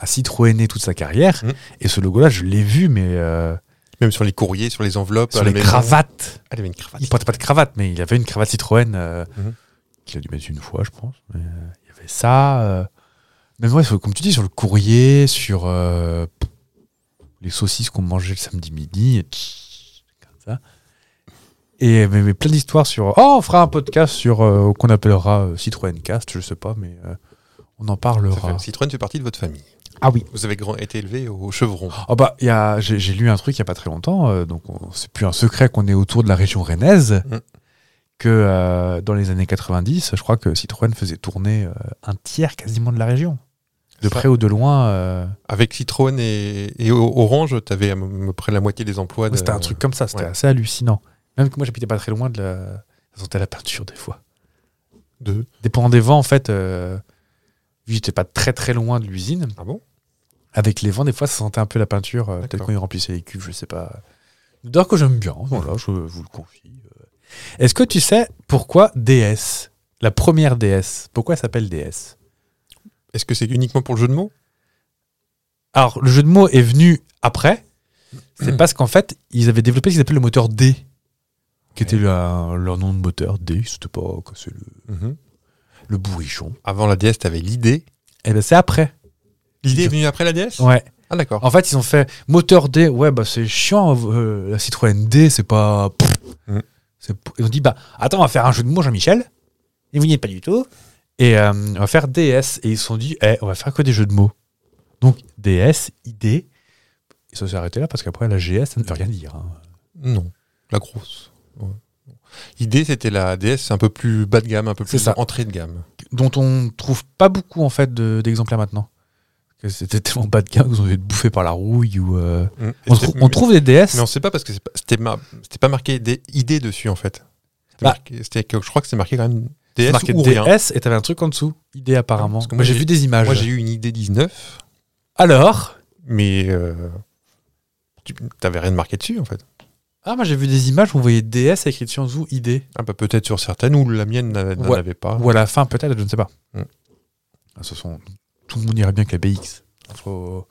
Speaker 1: a citroëné toute sa carrière.
Speaker 2: Mm.
Speaker 1: Et ce logo-là, je l'ai vu, mais... euh,
Speaker 2: Même sur les courriers, sur les enveloppes.
Speaker 1: Sur
Speaker 2: à la
Speaker 1: les
Speaker 2: maison. Ah,
Speaker 1: cravates.
Speaker 2: Elle avait une cravate.
Speaker 1: Il portait pas de cravate, mais il avait une cravate Citroën euh,
Speaker 2: Mhm.
Speaker 1: qu'il a dû mettre une fois, je pense. Mais, euh, il y avait ça. euh, Même ouais, sur- comme tu dis, sur le courrier, sur euh, les saucisses qu'on mangeait le samedi midi, et comme ça. Et mais, mais plein d'histoires sur. Oh, on fera un podcast sur euh, qu'on appellera euh, Citroën Cast, je sais pas, mais euh, on en
Speaker 2: Ça fait-
Speaker 1: parlera.
Speaker 2: Citroën fait partie de votre famille.
Speaker 1: Ah oui.
Speaker 2: Vous avez grand- été élevé au chevron.
Speaker 1: Oh bah, il y a- j'ai j'ai lu un truc il n'y a pas très longtemps, euh, donc on- c'est plus un secret qu'on est autour de la région rennaise,
Speaker 2: Mm.
Speaker 1: que euh, dans les années 90, je crois que Citroën faisait tourner euh, un tiers quasiment de la région. De
Speaker 2: Ça-
Speaker 1: près ou de loin, euh,
Speaker 2: Avec Citroën et, et O- Orange, tu avais à peu près la moitié des emplois. de-
Speaker 1: c'était un truc comme ça, c'était
Speaker 2: ouais.
Speaker 1: assez hallucinant. Même que moi, j'habitais pas très loin de la... Ça sentait la peinture des fois.
Speaker 2: de.
Speaker 1: Dépendant des vents, en fait, euh, vu que j'étais pas très très loin de l'usine,
Speaker 2: Ah bon
Speaker 1: avec les vents, des fois, ça sentait un peu la peinture. euh, Peut-être
Speaker 2: D'accord.
Speaker 1: quand ils remplissaient les cuves, je sais pas. Une odeur que j'aime bien, voilà, je vous le confie. euh. Est-ce que tu sais pourquoi DS La première DS, pourquoi elle s'appelle DS
Speaker 2: Est-ce que c'est uniquement pour le jeu de mots
Speaker 1: Alors, le jeu de mots est venu après. C'est parce qu'en fait, ils avaient développé ce qu'ils appellent le moteur D, qui était la- leur nom de moteur D, c'était pas quoi, c'est le,
Speaker 2: Mhm.
Speaker 1: le bourrichon.
Speaker 2: Avant la DS, tu avais l'idée.
Speaker 1: Et ben c'est après.
Speaker 2: L'idée est venue après la DS
Speaker 1: Ouais.
Speaker 2: Ah d'accord.
Speaker 1: En fait, ils ont fait moteur D, ouais, bah c'est chiant, euh, la Citroën D, c'est pas. pff,
Speaker 2: Mm.
Speaker 1: c'est p- Ils ont dit, bah attends, on va faire un jeu de mots, Jean-Michel. Et vous n'y êtes pas du tout. Et euh, on va faire DS. Et ils se sont dit, eh, on va faire que des jeux de mots. Donc DS, ID. Et ça s'est arrêté là parce qu'après, la GS, ça ne veut rien dire. hein.
Speaker 2: Non, la grosse. Ouais. L'idée, c'était la DS un peu plus bas de gamme, un peu
Speaker 1: C'est
Speaker 2: plus
Speaker 1: ça.
Speaker 2: entrée de gamme.
Speaker 1: Dont on ne trouve pas beaucoup, en fait, de- d'exemplaires maintenant. Parce que C'était tellement bas de gamme qu'ils ont dû être bouffés par la rouille. Ou, euh,
Speaker 2: Mm.
Speaker 1: On,
Speaker 2: Et
Speaker 1: trou-
Speaker 2: c'est-
Speaker 1: on trouve des DS.
Speaker 2: Mais on sait pas parce que c'est pas- c'était mar- c'était pas marqué des idées dessus en fait. C'était
Speaker 1: Bah.
Speaker 2: marqué- c'était que- je crois que c'est marqué quand même
Speaker 1: C'est
Speaker 2: DS
Speaker 1: marqué
Speaker 2: ou rien.
Speaker 1: DS et t'avais un truc en dessous. ID apparemment.
Speaker 2: Parce que
Speaker 1: moi
Speaker 2: moi,
Speaker 1: j'ai
Speaker 2: j'ai-
Speaker 1: vu des images.
Speaker 2: Moi j'ai eu une idée 19,
Speaker 1: Alors
Speaker 2: mais euh, tu t'avais rien de marqué dessus en fait.
Speaker 1: Ah, moi j'ai vu des images où on voyait DS écrit dessus en dessous ID.
Speaker 2: Ah, bah, peut-être sur certaines où la mienne n'a- n'en
Speaker 1: Ouais.
Speaker 2: avait pas.
Speaker 1: Ou à la fin peut-être, je ne sais pas.
Speaker 2: Mm.
Speaker 1: Ah, ce sont... Tout le monde irait bien que la BX. Faut-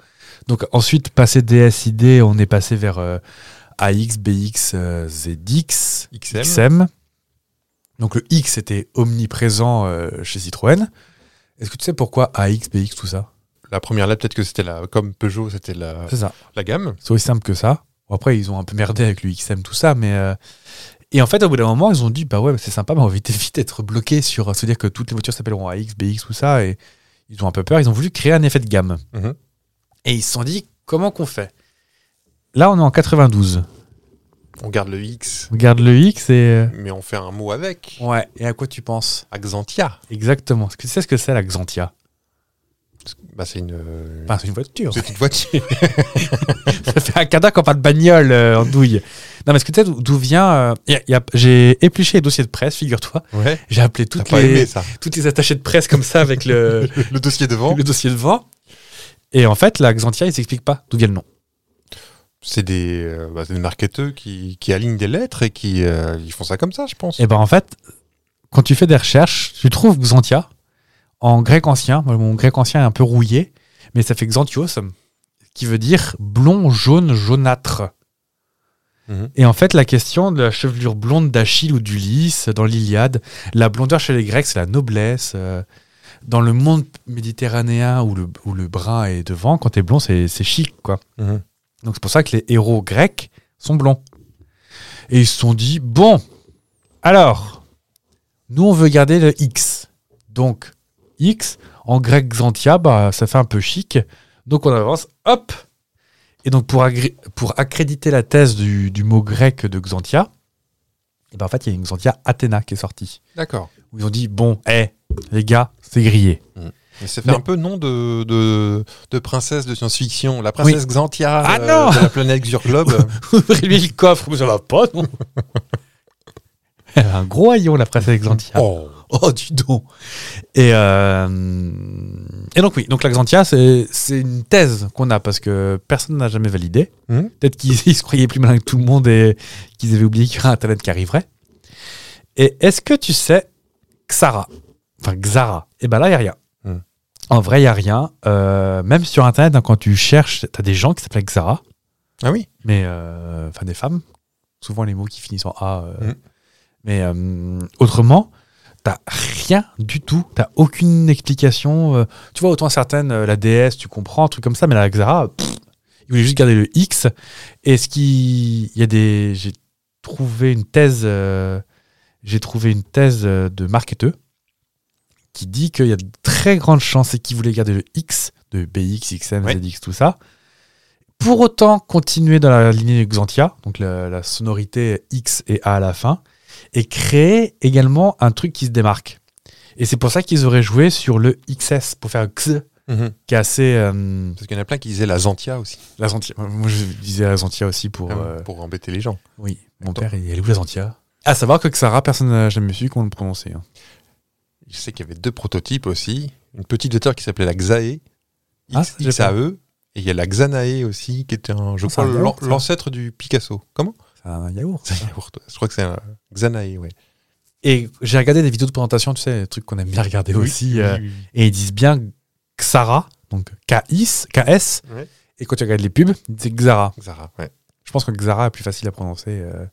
Speaker 1: Donc ensuite, passé DS, ID, on est passé vers euh, AX, BX, euh, ZX,
Speaker 2: XM.
Speaker 1: XM. Donc le X était omniprésent euh, chez Citroën. Est-ce que tu sais pourquoi AX, BX, tout ça
Speaker 2: La première là, peut-être que c'était la comme Peugeot, c'était la,
Speaker 1: C'est ça.
Speaker 2: la gamme.
Speaker 1: C'est aussi simple que ça. Bon, après, ils ont un peu merdé avec le XM, tout ça, mais. euh, Et en fait, au bout d'un moment, ils ont dit Bah ouais, c'est sympa, mais on va vite, vite être bloqué sur. euh, Se dire que toutes les voitures s'appelleront AX, BX, tout ça. Et ils ont un peu peur. Ils ont voulu créer un effet de gamme.
Speaker 2: Mhm.
Speaker 1: Et ils se sont dit Comment qu'on fait Là, on est en 92.
Speaker 2: On garde le X,
Speaker 1: On garde le X et. euh,
Speaker 2: mais on fait un mot avec.
Speaker 1: Ouais, et à quoi tu penses
Speaker 2: Axantia,
Speaker 1: Exactement. Est-ce que tu sais ce que c'est la Xantia
Speaker 2: bah, c'est une, euh,
Speaker 1: Enfin, c'est une voiture.
Speaker 2: c'est une voiture.
Speaker 1: Ça fait un cadavre quand parle de bagnole euh, en douille. Non, mais est-ce que tu sais d'où- d'où vient. euh, y a- y a- J'ai épluché les dossiers de presse, figure-toi.
Speaker 2: Ouais.
Speaker 1: J'ai appelé
Speaker 2: T'as
Speaker 1: toutes
Speaker 2: pas
Speaker 1: les,
Speaker 2: aimé ça
Speaker 1: toutes les attachées de presse comme ça avec le,
Speaker 2: Le dossier devant,
Speaker 1: le dossier devant. Et en fait, la Xantia, ils s'expliquent pas d'où vient le nom.
Speaker 2: c'est des, euh, bah, c'est des marketeurs qui, qui alignent des lettres et qui euh, ils font ça comme ça, je pense.
Speaker 1: Et ben en fait, quand tu fais des recherches, tu trouves Xantia en grec ancien. Moi, Mon grec ancien est un peu rouillé, mais ça fait Xanthios, qui veut dire blond, jaune, jaunâtre.
Speaker 2: Mhm.
Speaker 1: Et en fait, la question de la chevelure blonde d'Achille ou d'Ulysse dans l'Iliade, la blondeur chez les Grecs, c'est la noblesse. euh, Dans le monde méditerranéen où le, où le brun est devant, quand t'es blond, c'est c'est chic, quoi.
Speaker 2: Mhm.
Speaker 1: Donc c'est pour ça que les héros grecs sont blonds. Et ils se sont dit, bon, alors, nous on veut garder le X. Donc, X, en grec Xantia, bah, ça fait un peu chic. Donc on avance, hop Et donc pour, agré- pour accréditer la thèse du, du mot grec de Xantia, eh ben, en fait il y a une Xantia Athéna qui est sortie.
Speaker 2: D'accord.
Speaker 1: Où ils ont dit, bon, hé, les gars, c'est grillé.
Speaker 2: Mais ça fait
Speaker 1: Mais-
Speaker 2: un peu nom de, de, de princesse de science-fiction. La princesse Xantia
Speaker 1: Ah
Speaker 2: euh,
Speaker 1: non
Speaker 2: de la planète Xurglobe.
Speaker 1: Ouvrez-lui le coffre, mais ça va pas, non Elle a un gros haillon, la princesse Xantia.
Speaker 2: oh.
Speaker 1: Oh, dis donc Et, euh, et donc, oui, donc la Xantia, c'est c'est une thèse qu'on a parce que personne n'a jamais validé.
Speaker 2: Mhm.
Speaker 1: Peut-être qu'ils ils se croyaient plus malin que tout le monde et qu'ils avaient oublié qu'il y aurait Internet qui arriverait. Et est-ce que tu sais Xara Enfin, Xara Et ben là, il n'y a rien.
Speaker 2: Mhm.
Speaker 1: En vrai, il n'y a rien. Euh, même sur Internet, hein, quand tu cherches, tu as des gens qui s'appellent Xara.
Speaker 2: Ah oui
Speaker 1: mais euh, enfin des femmes. Souvent les mots qui finissent en A. euh,
Speaker 2: Mhm.
Speaker 1: Mais euh, autrement, t'as rien du tout, t'as aucune explication. euh, tu vois, autant certaines, euh, la DS, tu comprends, un truc comme ça, mais la Xara, pff, il voulait juste garder le X. Et ce qui. Il y a des. J'ai trouvé une thèse. euh, j'ai trouvé une thèse euh, de marketeux qui dit qu'il y a de très grandes chances et qui voulait garder le X de BX, XM,
Speaker 2: Ouais.
Speaker 1: ZX, tout ça. Pour autant, continuer dans la lignée de Xantia, donc la, la sonorité X et A à la fin, et créer également un truc qui se démarque. Et c'est pour ça qu'ils auraient joué sur le XS pour faire X,
Speaker 2: Mhm.
Speaker 1: qui est assez. euh,
Speaker 2: Parce qu'il y en a plein qui disaient la Zantia aussi,
Speaker 1: la Xantia. Moi, je disais la Xantia aussi pour.
Speaker 2: hein,
Speaker 1: euh,
Speaker 2: pour embêter les gens.
Speaker 1: oui, mon
Speaker 2: Attends.
Speaker 1: père, il est où la Xantia À savoir que Xara, personne n'a jamais su comment le prononcer. hein.
Speaker 2: Je sais qu'il y avait deux prototypes aussi. Une petite hauteur qui s'appelait la Xae,
Speaker 1: Ah,
Speaker 2: X-
Speaker 1: j'ai pas.
Speaker 2: XAE, et il y a la Xanae aussi, qui était un, je
Speaker 1: Ah, c'est
Speaker 2: crois,
Speaker 1: un yaourt,
Speaker 2: l'an-
Speaker 1: ça.
Speaker 2: l'ancêtre du Picasso. Comment
Speaker 1: C'est un yaourt.
Speaker 2: C'est un yaourt, ouais. Je crois que c'est un Xanae, ouais.
Speaker 1: Et j'ai regardé des vidéos de présentation, tu sais, des trucs qu'on aime bien regarder
Speaker 2: Oui,
Speaker 1: aussi. euh, et ils disent bien Xara, donc KIS, KS.
Speaker 2: Ouais.
Speaker 1: Et quand tu regardes les pubs, ils disent Xara.
Speaker 2: Xara, ouais.
Speaker 1: Je pense que Xara est plus facile à prononcer. Euh...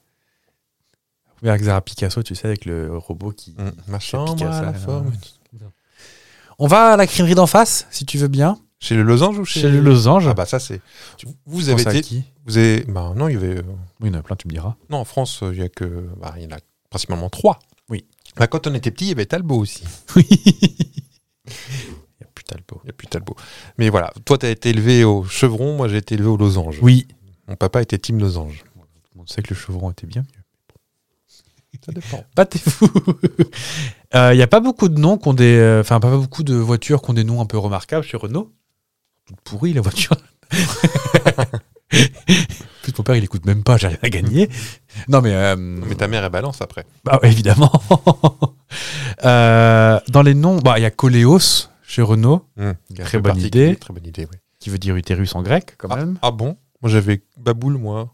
Speaker 1: Vers Xara Picasso, tu sais, avec le robot qui.
Speaker 2: Mm. Ma chambre
Speaker 1: Picasso,
Speaker 2: à la
Speaker 1: euh,
Speaker 2: forme.
Speaker 1: On va à la crimerie d'en face, si tu veux bien,
Speaker 2: Chez le losange ou chez,
Speaker 1: chez le Losange.
Speaker 2: Ah bah ça c'est. Vous
Speaker 1: Pense
Speaker 2: avez
Speaker 1: à
Speaker 2: été.
Speaker 1: qui
Speaker 2: Vous avez. Bah non, il y avait. euh,
Speaker 1: Oui, il y en a plein, tu me diras.
Speaker 2: Non, en France, il y a que. bah, il y en a principalement trois.
Speaker 1: Oui.
Speaker 2: Bah, quand on était petit, il y avait Talbot aussi.
Speaker 1: Oui. Il y a plus Talbot.
Speaker 2: Il n'y a plus Talbot. Mais voilà, toi, tu as été élevé au chevron, moi, j'ai été élevé au losange.
Speaker 1: Oui.
Speaker 2: Mon papa était team losange.
Speaker 1: On sait que le chevron était bien mieux.
Speaker 2: Ça dépend.
Speaker 1: Battez-vous Il n'y a pas beaucoup de noms qui ont des. euh, Enfin, pas beaucoup de voitures qui ont des noms un peu remarquables chez Renault. Toute pourrie, la voiture. En plus, mon père, il écoute même pas, j'ai rien à gagner. Non, mais. euh,
Speaker 2: Mais ta mère est balance après.
Speaker 1: Bah, ouais, évidemment. Euh, dans les noms, bah, il y a Coléos chez Renault,
Speaker 2: Hum.
Speaker 1: Très bonne
Speaker 2: Particulier,
Speaker 1: idée.
Speaker 2: Très bonne idée, oui.
Speaker 1: Hmm. qui veut dire utérus en grec, quand
Speaker 2: Ah,
Speaker 1: même.
Speaker 2: ah bon Moi, j'avais Baboule, moi.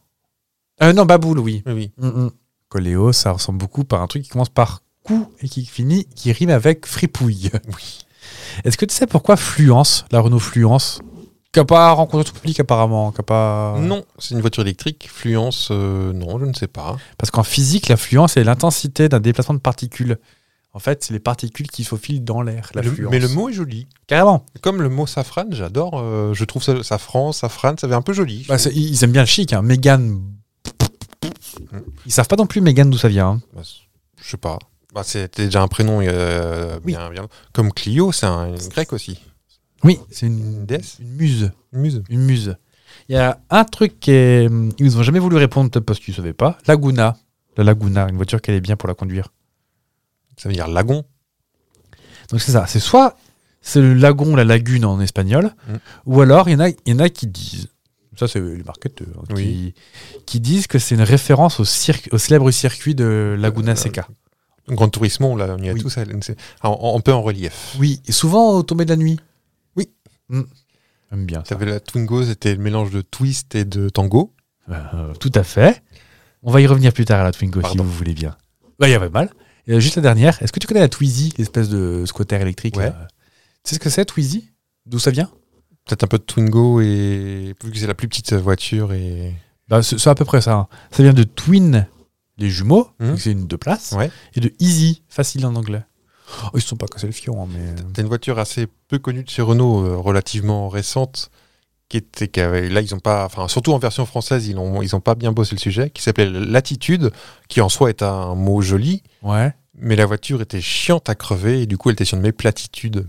Speaker 1: Euh, non, Baboule, oui.
Speaker 2: Oui, oui.
Speaker 1: Coléos, ça ressemble beaucoup par un truc qui commence par coup et qui finit, qui rime avec fripouille.
Speaker 2: Oui.
Speaker 1: Est-ce que tu sais pourquoi Fluence, la Renault Fluence, qui n'a pas rencontré tout public apparemment, qui a pas...
Speaker 2: Non, c'est une voiture électrique. Fluence, euh, non, je ne sais pas.
Speaker 1: Parce qu'en physique, la fluence est l'intensité d'un déplacement de particules. En fait, c'est les particules qui faufilent dans l'air, la
Speaker 2: Le-
Speaker 1: fluence.
Speaker 2: mais le mot est joli.
Speaker 1: Carrément.
Speaker 2: Comme le mot safran, j'adore. euh, je trouve ça, safran, safran, ça fait un peu joli.
Speaker 1: Bah, c'est- ils aiment bien le chic, hein.
Speaker 2: Mm.
Speaker 1: Mégane... Ils savent pas non plus Mégane d'où ça vient. hein.
Speaker 2: Bah, c- je sais pas. Bah, c'était déjà un prénom euh,
Speaker 1: Oui.
Speaker 2: bien, bien- Comme Clio, c'est un grec aussi.
Speaker 1: Oui, c'est une...
Speaker 2: Une déesse
Speaker 1: une muse.
Speaker 2: Une muse.
Speaker 1: Une muse. Il y a un truc qui est- Ils n'ont jamais voulu répondre peut-être parce qu'ils ne savaient pas. Laguna. La Laguna, une voiture qui allait bien pour la conduire.
Speaker 2: Ça veut dire lagon.
Speaker 1: Donc c'est ça, c'est soit c'est le lagon, la lagune en espagnol,
Speaker 2: Mm.
Speaker 1: ou alors il y, en a, il y en a qui disent, ça c'est les marketeurs, hein,
Speaker 2: Oui.
Speaker 1: qui, qui disent que c'est une référence au, cirque- au célèbre circuit de Laguna
Speaker 2: Euh,
Speaker 1: Seca.
Speaker 2: Grand Turismo, on l'a- on y a
Speaker 1: Oui.
Speaker 2: tous. allé, c'est- ah, On, on peut en relief.
Speaker 1: Oui, et souvent au tombé de la nuit. Oui. Mm. J'aime bien
Speaker 2: Tu
Speaker 1: ça.
Speaker 2: avais la Twingo, c'était le mélange de twist et de tango.
Speaker 1: Euh, tout à fait. On va y revenir plus tard à la Twingo si
Speaker 2: Pardon.
Speaker 1: vous voulez bien. Bah, il y avait mal. Et juste la dernière, est-ce que tu connais la Twizy, l'espèce de squatter électrique
Speaker 2: Ouais.
Speaker 1: là euh, Tu sais ce que c'est Twizy D'où ça vient
Speaker 2: Peut-être un peu de Twingo et vu que c'est la plus petite voiture et
Speaker 1: Bah, c'est c'est à peu près ça. hein. Ça vient de twin, les jumeaux,
Speaker 2: Mhm.
Speaker 1: donc c'est une deux places,
Speaker 2: Ouais. et
Speaker 1: et de easy, facile en anglais. Oh, ils se sont pas cassés le fion, hein, mais.
Speaker 2: T'as une voiture assez peu connue de chez Renault, euh, relativement récente, qui était, qui avait- là ils ont pas, enfin surtout en version française, ils n'ont ils ont pas bien bossé le sujet, qui s'appelait l'attitude, qui en soi est un mot joli,
Speaker 1: Ouais.
Speaker 2: mais la voiture était chiante à crever et du coup elle était surnommée platitude.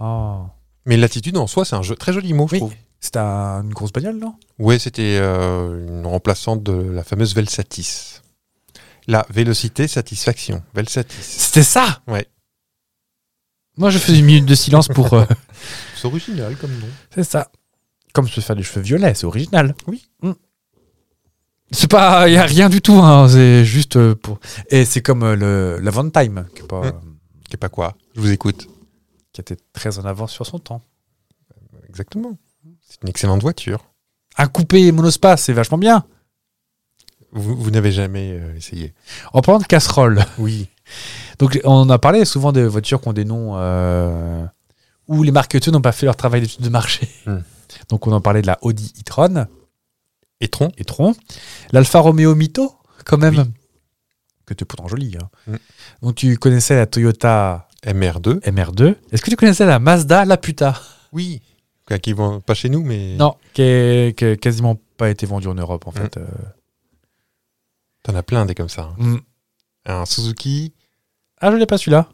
Speaker 1: Oh.
Speaker 2: Mais l'attitude en soi c'est un jeu, très joli mot, je
Speaker 1: Oui.
Speaker 2: trouve.
Speaker 1: C'était un- une grosse bagnole, non
Speaker 2: Ouais, c'était euh, une remplaçante de la fameuse Velsatis. La vélocité satisfaction, Velsatis.
Speaker 1: C'était ça
Speaker 2: Ouais.
Speaker 1: Moi, je faisais une minute de silence pour. euh,
Speaker 2: C'est original comme nom.
Speaker 1: c'est ça. Comme se faire des cheveux violets, c'est original.
Speaker 2: Oui.
Speaker 1: Mm. C'est pas. Il n'y a rien du tout, hein, c'est juste euh, pour. Mm. Et c'est comme euh, le, la Van Time, qui, est pas- euh,
Speaker 2: Qui est pas quoi Je vous écoute.
Speaker 1: qui était très en avance sur son temps.
Speaker 2: Exactement. C'est une excellente voiture.
Speaker 1: Un coupé monospace, c'est vachement bien.
Speaker 2: Vous, vous n'avez jamais euh, essayé.
Speaker 1: En parlant de casserole,
Speaker 2: Oui.
Speaker 1: donc on a parlé souvent des voitures qui ont des noms euh, où Mm. les marketeurs n'ont pas fait leur travail d'étude de marché.
Speaker 2: Hmm.
Speaker 1: Donc on en parlait de la Audi e-tron.
Speaker 2: Etron.
Speaker 1: et Tron. L'Alfa Romeo Mito, quand même. Que tu es pourtant joli. hein.
Speaker 2: Mm.
Speaker 1: Donc tu connaissais la Toyota
Speaker 2: MR2.
Speaker 1: MR2. Est-ce que tu connaissais la Mazda La Puta
Speaker 2: Oui. Quoi, Qui vont pas chez nous, mais.
Speaker 1: Non, qui n'a quasiment pas été vendue en
Speaker 2: Mm.
Speaker 1: Europe, en fait. euh.
Speaker 2: T'en as plein des comme ça. hein.
Speaker 1: Mm.
Speaker 2: Un Suzuki,
Speaker 1: Ah, je l'ai pas celui-là.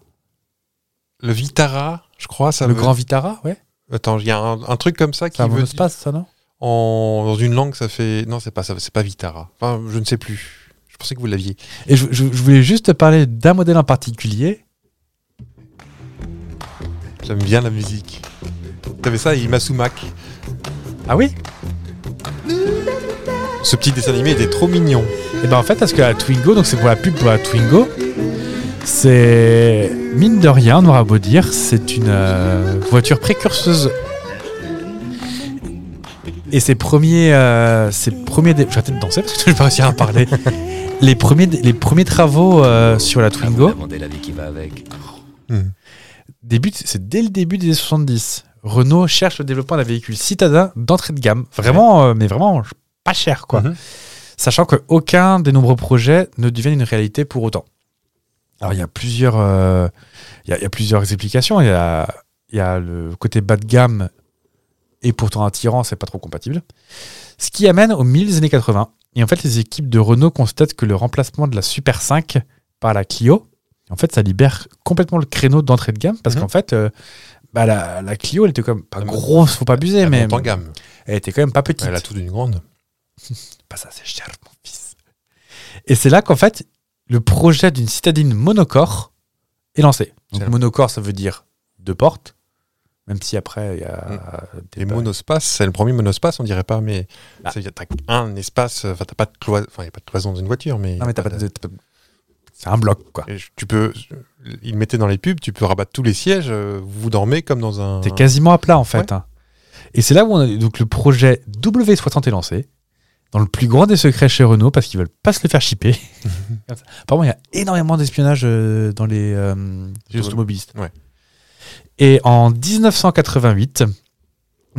Speaker 2: le Vitara, je crois, ça
Speaker 1: Le
Speaker 2: veut-
Speaker 1: Grand Vitara, ouais.
Speaker 2: Attends, il y a un, un truc comme ça qui
Speaker 1: C'est un
Speaker 2: veut dire-
Speaker 1: monospace, ça, non
Speaker 2: en dans une langue, ça fait non, c'est pas ça, c'est pas Vitara. Enfin, je ne sais plus. Je pensais que vous l'aviez.
Speaker 1: Et je, je- je voulais juste te parler d'un modèle en particulier.
Speaker 2: J'aime bien la musique. T'avais ça, et Imazumak.
Speaker 1: Ah oui
Speaker 2: Ce petit dessin animé était trop mignon.
Speaker 1: Et ben en fait, parce que la Twingo, donc c'est pour la pub pour la Twingo, c'est mine de rien, on aura beau dire, c'est une euh, voiture précurseuse. Et ses premiers, euh, ses premiers, dé- je vais arrêter de danser parce que je vais pas réussir à parler. les premiers, les premiers travaux euh, sur la Twingo
Speaker 4: Demander la vie qui va avec.
Speaker 1: débute, c'est dès le début des années 70. Renault cherche le développement d'un véhicule citadin d'entrée de gamme, vraiment, euh, mais vraiment pas cher quoi.
Speaker 2: Mhm.
Speaker 1: sachant qu'aucun des nombreux projets ne deviennent une réalité pour autant. Alors, il y a plusieurs, euh, il y a, il y a plusieurs explications. Il y a, il y a le côté bas de gamme et pourtant attirant, c'est pas trop compatible. Ce qui amène au milieu des années 80. Et en fait, les équipes de Renault constatent que le remplacement de la Super 5 par la Clio, en fait, ça libère complètement le créneau d'entrée de gamme parce
Speaker 2: Mhm.
Speaker 1: qu'en fait, euh, bah, la, la Clio, elle était quand même pas
Speaker 2: Elle-
Speaker 1: grosse, faut pas abuser,
Speaker 2: Elle
Speaker 1: mais
Speaker 2: monte en gamme.
Speaker 1: elle était quand même pas petite
Speaker 2: Elle a tout d'une
Speaker 1: pas
Speaker 2: grande.
Speaker 1: Bah, ça, c'est cher, mon fils. Et c'est là qu'en fait, le projet d'une citadine monocore est lancé. Donc,
Speaker 2: C'est là.
Speaker 1: monocore, ça veut dire deux portes, même si après, il y a des
Speaker 2: Les
Speaker 1: pas-
Speaker 2: monospaces, c'est le premier monospace, on dirait pas, mais
Speaker 1: Ah.
Speaker 2: ça veut dire t'as un espace. Enfin, t'as pas de cloison. Enfin, y a pas de cloison dans une voiture, mais.
Speaker 1: Non, mais t'as pas de- t'as pas de- C'est un bloc, quoi.
Speaker 2: Et je- Tu peux. Il mettait dans les pubs, tu peux rabattre tous les sièges, euh, vous dormez comme dans un.
Speaker 1: T'es quasiment à plat, en fait. hein. Et c'est là où on a, donc, le projet W60 est lancé, dans le plus grand des secrets chez Renault, parce qu'ils veulent pas se le faire shipper. Comme ça. Apparemment, il y a énormément d'espionnage euh, dans les euh, chez les automobilistes.
Speaker 2: Ouais.
Speaker 1: Et en 1988,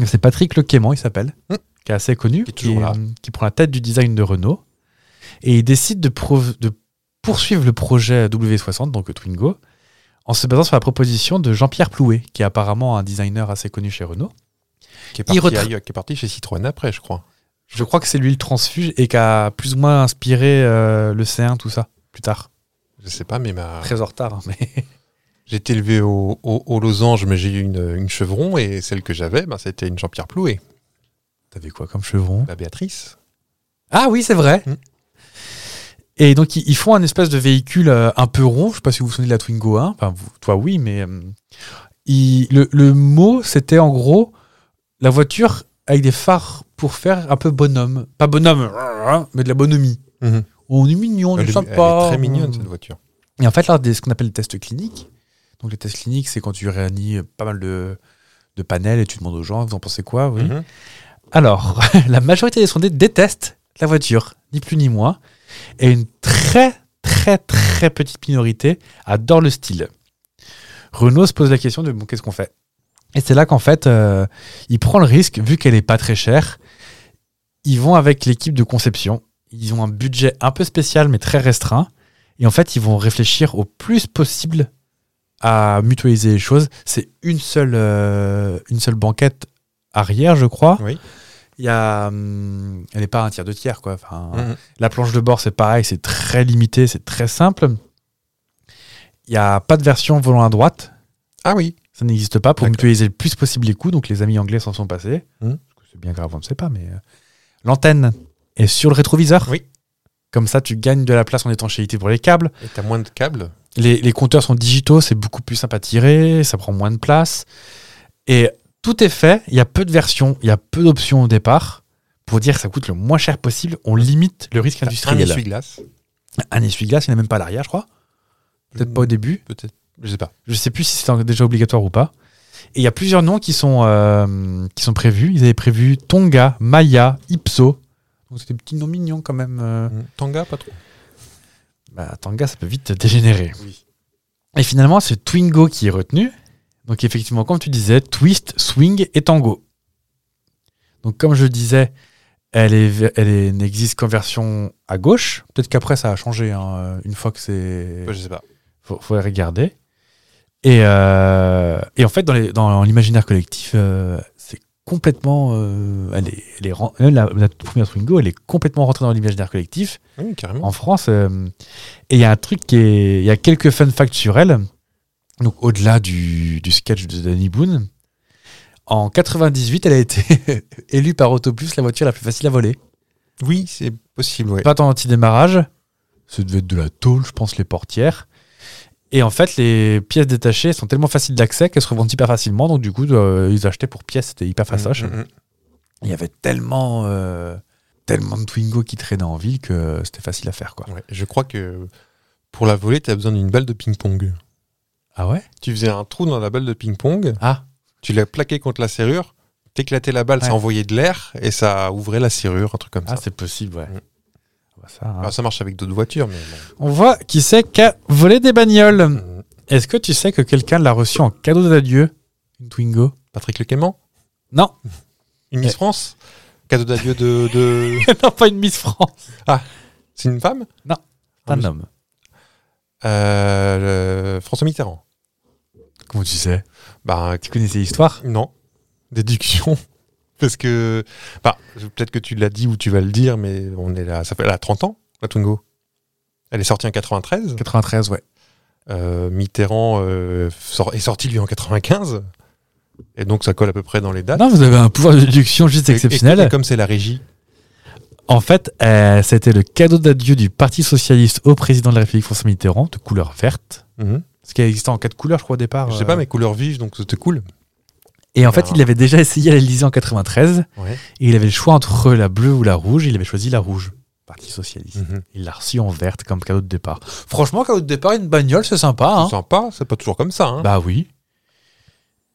Speaker 1: c'est Patrick Le Quément, il s'appelle, qui
Speaker 2: Mm.
Speaker 1: Mmh. est assez connu,
Speaker 2: Qui est toujours
Speaker 1: et,
Speaker 2: là.
Speaker 1: euh, qui prend la tête du design de Renault. Et il décide de, prov- de poursuivre le projet W60, donc le Twingo, en se basant sur la proposition de Jean-Pierre Plouet, qui est apparemment un designer assez connu chez Renault.
Speaker 2: qui est parti,
Speaker 1: retra-
Speaker 2: ailleurs, qui est parti chez Citroën après, je crois.
Speaker 1: Je crois que c'est lui le transfuge et qui a plus ou moins inspiré euh, le C1, tout ça, plus tard.
Speaker 2: Je sais pas, mais ma.
Speaker 1: Très en retard, hein, mais.
Speaker 2: J'ai été élevé au, au- au losange, mais j'ai eu une, une chevron et celle que j'avais, ben, c'était une Jean-Pierre Plouet,
Speaker 1: T'avais quoi comme chevron
Speaker 2: la Béatrice.
Speaker 1: Ah oui, c'est vrai.
Speaker 2: Mm.
Speaker 1: Et donc, ils- ils font un espèce de véhicule euh, un peu rond. Je sais pas si vous vous souvenez de la Twingo 1. Enfin, vous- toi, oui, mais euh, il- le, le mot, c'était en gros la voiture avec des phares pour faire un peu bonhomme. Pas bonhomme, hein, mais de la bonhomie.
Speaker 2: Mhm.
Speaker 1: On est mignon, on Oh,
Speaker 2: elle,
Speaker 1: est
Speaker 2: est- elle
Speaker 1: sympa.
Speaker 2: est très mignonne
Speaker 1: on-
Speaker 2: cette voiture.
Speaker 1: Et en fait, là, des, ce qu'on appelle les tests cliniques, donc les tests cliniques, c'est quand tu réunis pas mal de, de panels et tu demandes aux gens, vous en pensez quoi oui.
Speaker 2: Mhm.
Speaker 1: Alors, la majorité des sondés détestent la voiture, ni plus ni moins. Et une très, très, très petite minorité adore le style. Renault se pose la question de bon, qu'est-ce qu'on fait Et c'est là qu'en fait, euh, il prend le risque, vu qu'elle n'est pas très chère. Ils vont avec l'équipe de conception. Ils ont un budget un peu spécial, mais très restreint. Et en fait, ils vont réfléchir au plus possible à mutualiser les choses. C'est une seule, euh, une seule banquette arrière, je crois
Speaker 2: Oui.
Speaker 1: il y a, hum, elle n'est pas un tiers de tiers quoi. Enfin,
Speaker 2: Mhm.
Speaker 1: La planche de bord c'est pareil, c'est très limité, c'est très simple. Il n'y a pas de version volant à droite,
Speaker 2: Ah oui,
Speaker 1: ça n'existe pas pour
Speaker 2: D'accord.
Speaker 1: mutualiser le plus possible les coûts. Donc les amis anglais s'en sont passés.
Speaker 2: Mhm.
Speaker 1: Parce que C'est bien grave, on ne sait pas, mais euh, l'antenne est sur le rétroviseur.
Speaker 2: Oui.
Speaker 1: Comme ça, tu gagnes de la place en étanchéité pour les câbles.
Speaker 2: et t'as moins de câbles.
Speaker 1: Les, les compteurs sont digitaux, c'est beaucoup plus simple à tirer, ça prend moins de place. Et tout est fait, il y a peu de versions, il y a peu d'options au départ. Pour dire que ça coûte le moins cher possible, on limite le risque
Speaker 2: T'as un
Speaker 1: industriel.
Speaker 2: essuie-glace,
Speaker 1: Un essuie-glace, il n'y en a même pas à l'arrière, je crois. Peut-être pas au début.
Speaker 2: peut-être. Mm, Je sais pas.
Speaker 1: Je sais plus si c'était déjà obligatoire ou pas. Et il y a plusieurs noms qui sont, euh, qui sont prévus. Ils avaient prévu Tonga, Maya, Ipso. Donc c'était des petits noms mignons quand même. euh.
Speaker 2: Mhm. Tanga, pas trop.
Speaker 1: Bah, Tanga, ça peut vite dégénérer.
Speaker 2: Oui.
Speaker 1: Et finalement, c'est Twingo qui est retenu. Donc effectivement, comme tu disais, twist, swing et tango. Donc comme je le disais, elle est, elle est- n'existe qu'en version à gauche. Peut-être qu'après ça a changé. hein, Une fois que c'est,
Speaker 2: Je sais pas.
Speaker 1: faut, faut regarder. Et, euh, et en fait, dans, les- dans l'imaginaire collectif, euh, c'est complètement, euh, elle est, elle est ren- même la, la première Twingo, elle est complètement rentrée dans l'imaginaire collectif
Speaker 2: Oui, carrément.
Speaker 1: en France. euh, et il y a un truc qui est. Il y a quelques fun facts sur elle. Donc, au-delà du, du sketch de Danny Boone, en 98, elle a été élue par Autoplus la voiture la plus facile à voler.
Speaker 2: Oui, c'est possible, ouais.
Speaker 1: Oh. Pas en anti-démarrage. Ça devait être de la tôle, je pense, les portières. Et en fait, les pièces détachées sont tellement faciles d'accès qu'elles se revendent hyper facilement. Donc, du coup, euh, ils achetaient pour pièces. C'était hyper fastoche.
Speaker 2: Mm, mm, mm.
Speaker 1: Il y avait tellement, euh, tellement de Twingo qui traînaient en ville que c'était facile à faire. Quoi.
Speaker 2: Ouais, Je crois que pour la voler, t'as besoin d'une balle de ping-pong.
Speaker 1: Ah ouais
Speaker 2: Tu faisais un trou dans la balle de ping-pong,
Speaker 1: Ah,
Speaker 2: tu la plaquais contre la serrure, t'éclatais la balle, ça
Speaker 1: Ouais.
Speaker 2: envoyait de l'air et ça ouvrait la serrure, un truc comme
Speaker 1: Ah,
Speaker 2: ça.
Speaker 1: c'est possible, ouais.
Speaker 2: Mm.
Speaker 1: Bah, ça, hein.
Speaker 2: Enfin, ça marche avec d'autres voitures, mais bon.
Speaker 1: On voit qui c'est qui a volé des bagnoles.
Speaker 2: Mm.
Speaker 1: Est-ce que tu sais que quelqu'un l'a reçu en cadeau d'adieu Une Twingo
Speaker 2: Patrick Le Clément
Speaker 1: Non,
Speaker 2: Une Miss
Speaker 1: Eh.
Speaker 2: France Cadeau d'adieu de. de-
Speaker 1: non, pas une Miss France.
Speaker 2: C'est une femme Ah,
Speaker 1: Un
Speaker 2: mais-
Speaker 1: homme.
Speaker 2: Euh, le- François Mitterrand.
Speaker 1: Comment tu sais
Speaker 2: Bah,
Speaker 1: Tu connaissais l'histoire
Speaker 2: non. Déduction. Parce que. Bah, je- peut-être que tu l'as dit ou tu vas le dire, mais on est là. Ça fait, elle a 30 ans, la Twingo. Elle est sortie en 93.
Speaker 1: 93, ouais.
Speaker 2: Euh, Mitterrand euh, sort- est sorti, lui, en 95. Et donc, ça colle à peu près dans les dates.
Speaker 1: Non, vous avez un pouvoir de déduction juste
Speaker 2: Et- et- et
Speaker 1: exceptionnel.
Speaker 2: comme c'est la régie.
Speaker 1: En fait, euh, c'était le cadeau d'adieu du Parti Socialiste au président de la République François Mitterrand, de couleur verte.
Speaker 2: Mhm.
Speaker 1: Parce qu'elle existait en quatre couleurs, je crois, au départ.
Speaker 2: Je sais
Speaker 1: euh.
Speaker 2: pas, mais couleurs vives, donc c'était cool.
Speaker 1: Et en fait,
Speaker 2: Ah.
Speaker 1: il avait déjà essayé à l'Élysée en 93.
Speaker 2: Ouais.
Speaker 1: Et il avait le choix entre la bleue ou la rouge. Il avait choisi la rouge. Parti Socialiste.
Speaker 2: Mhm.
Speaker 1: Il l'a reçu en verte comme cadeau de départ. Franchement, cadeau de départ, une bagnole, c'est sympa. hein.
Speaker 2: C'est sympa, c'est pas toujours comme ça. hein.
Speaker 1: Bah oui.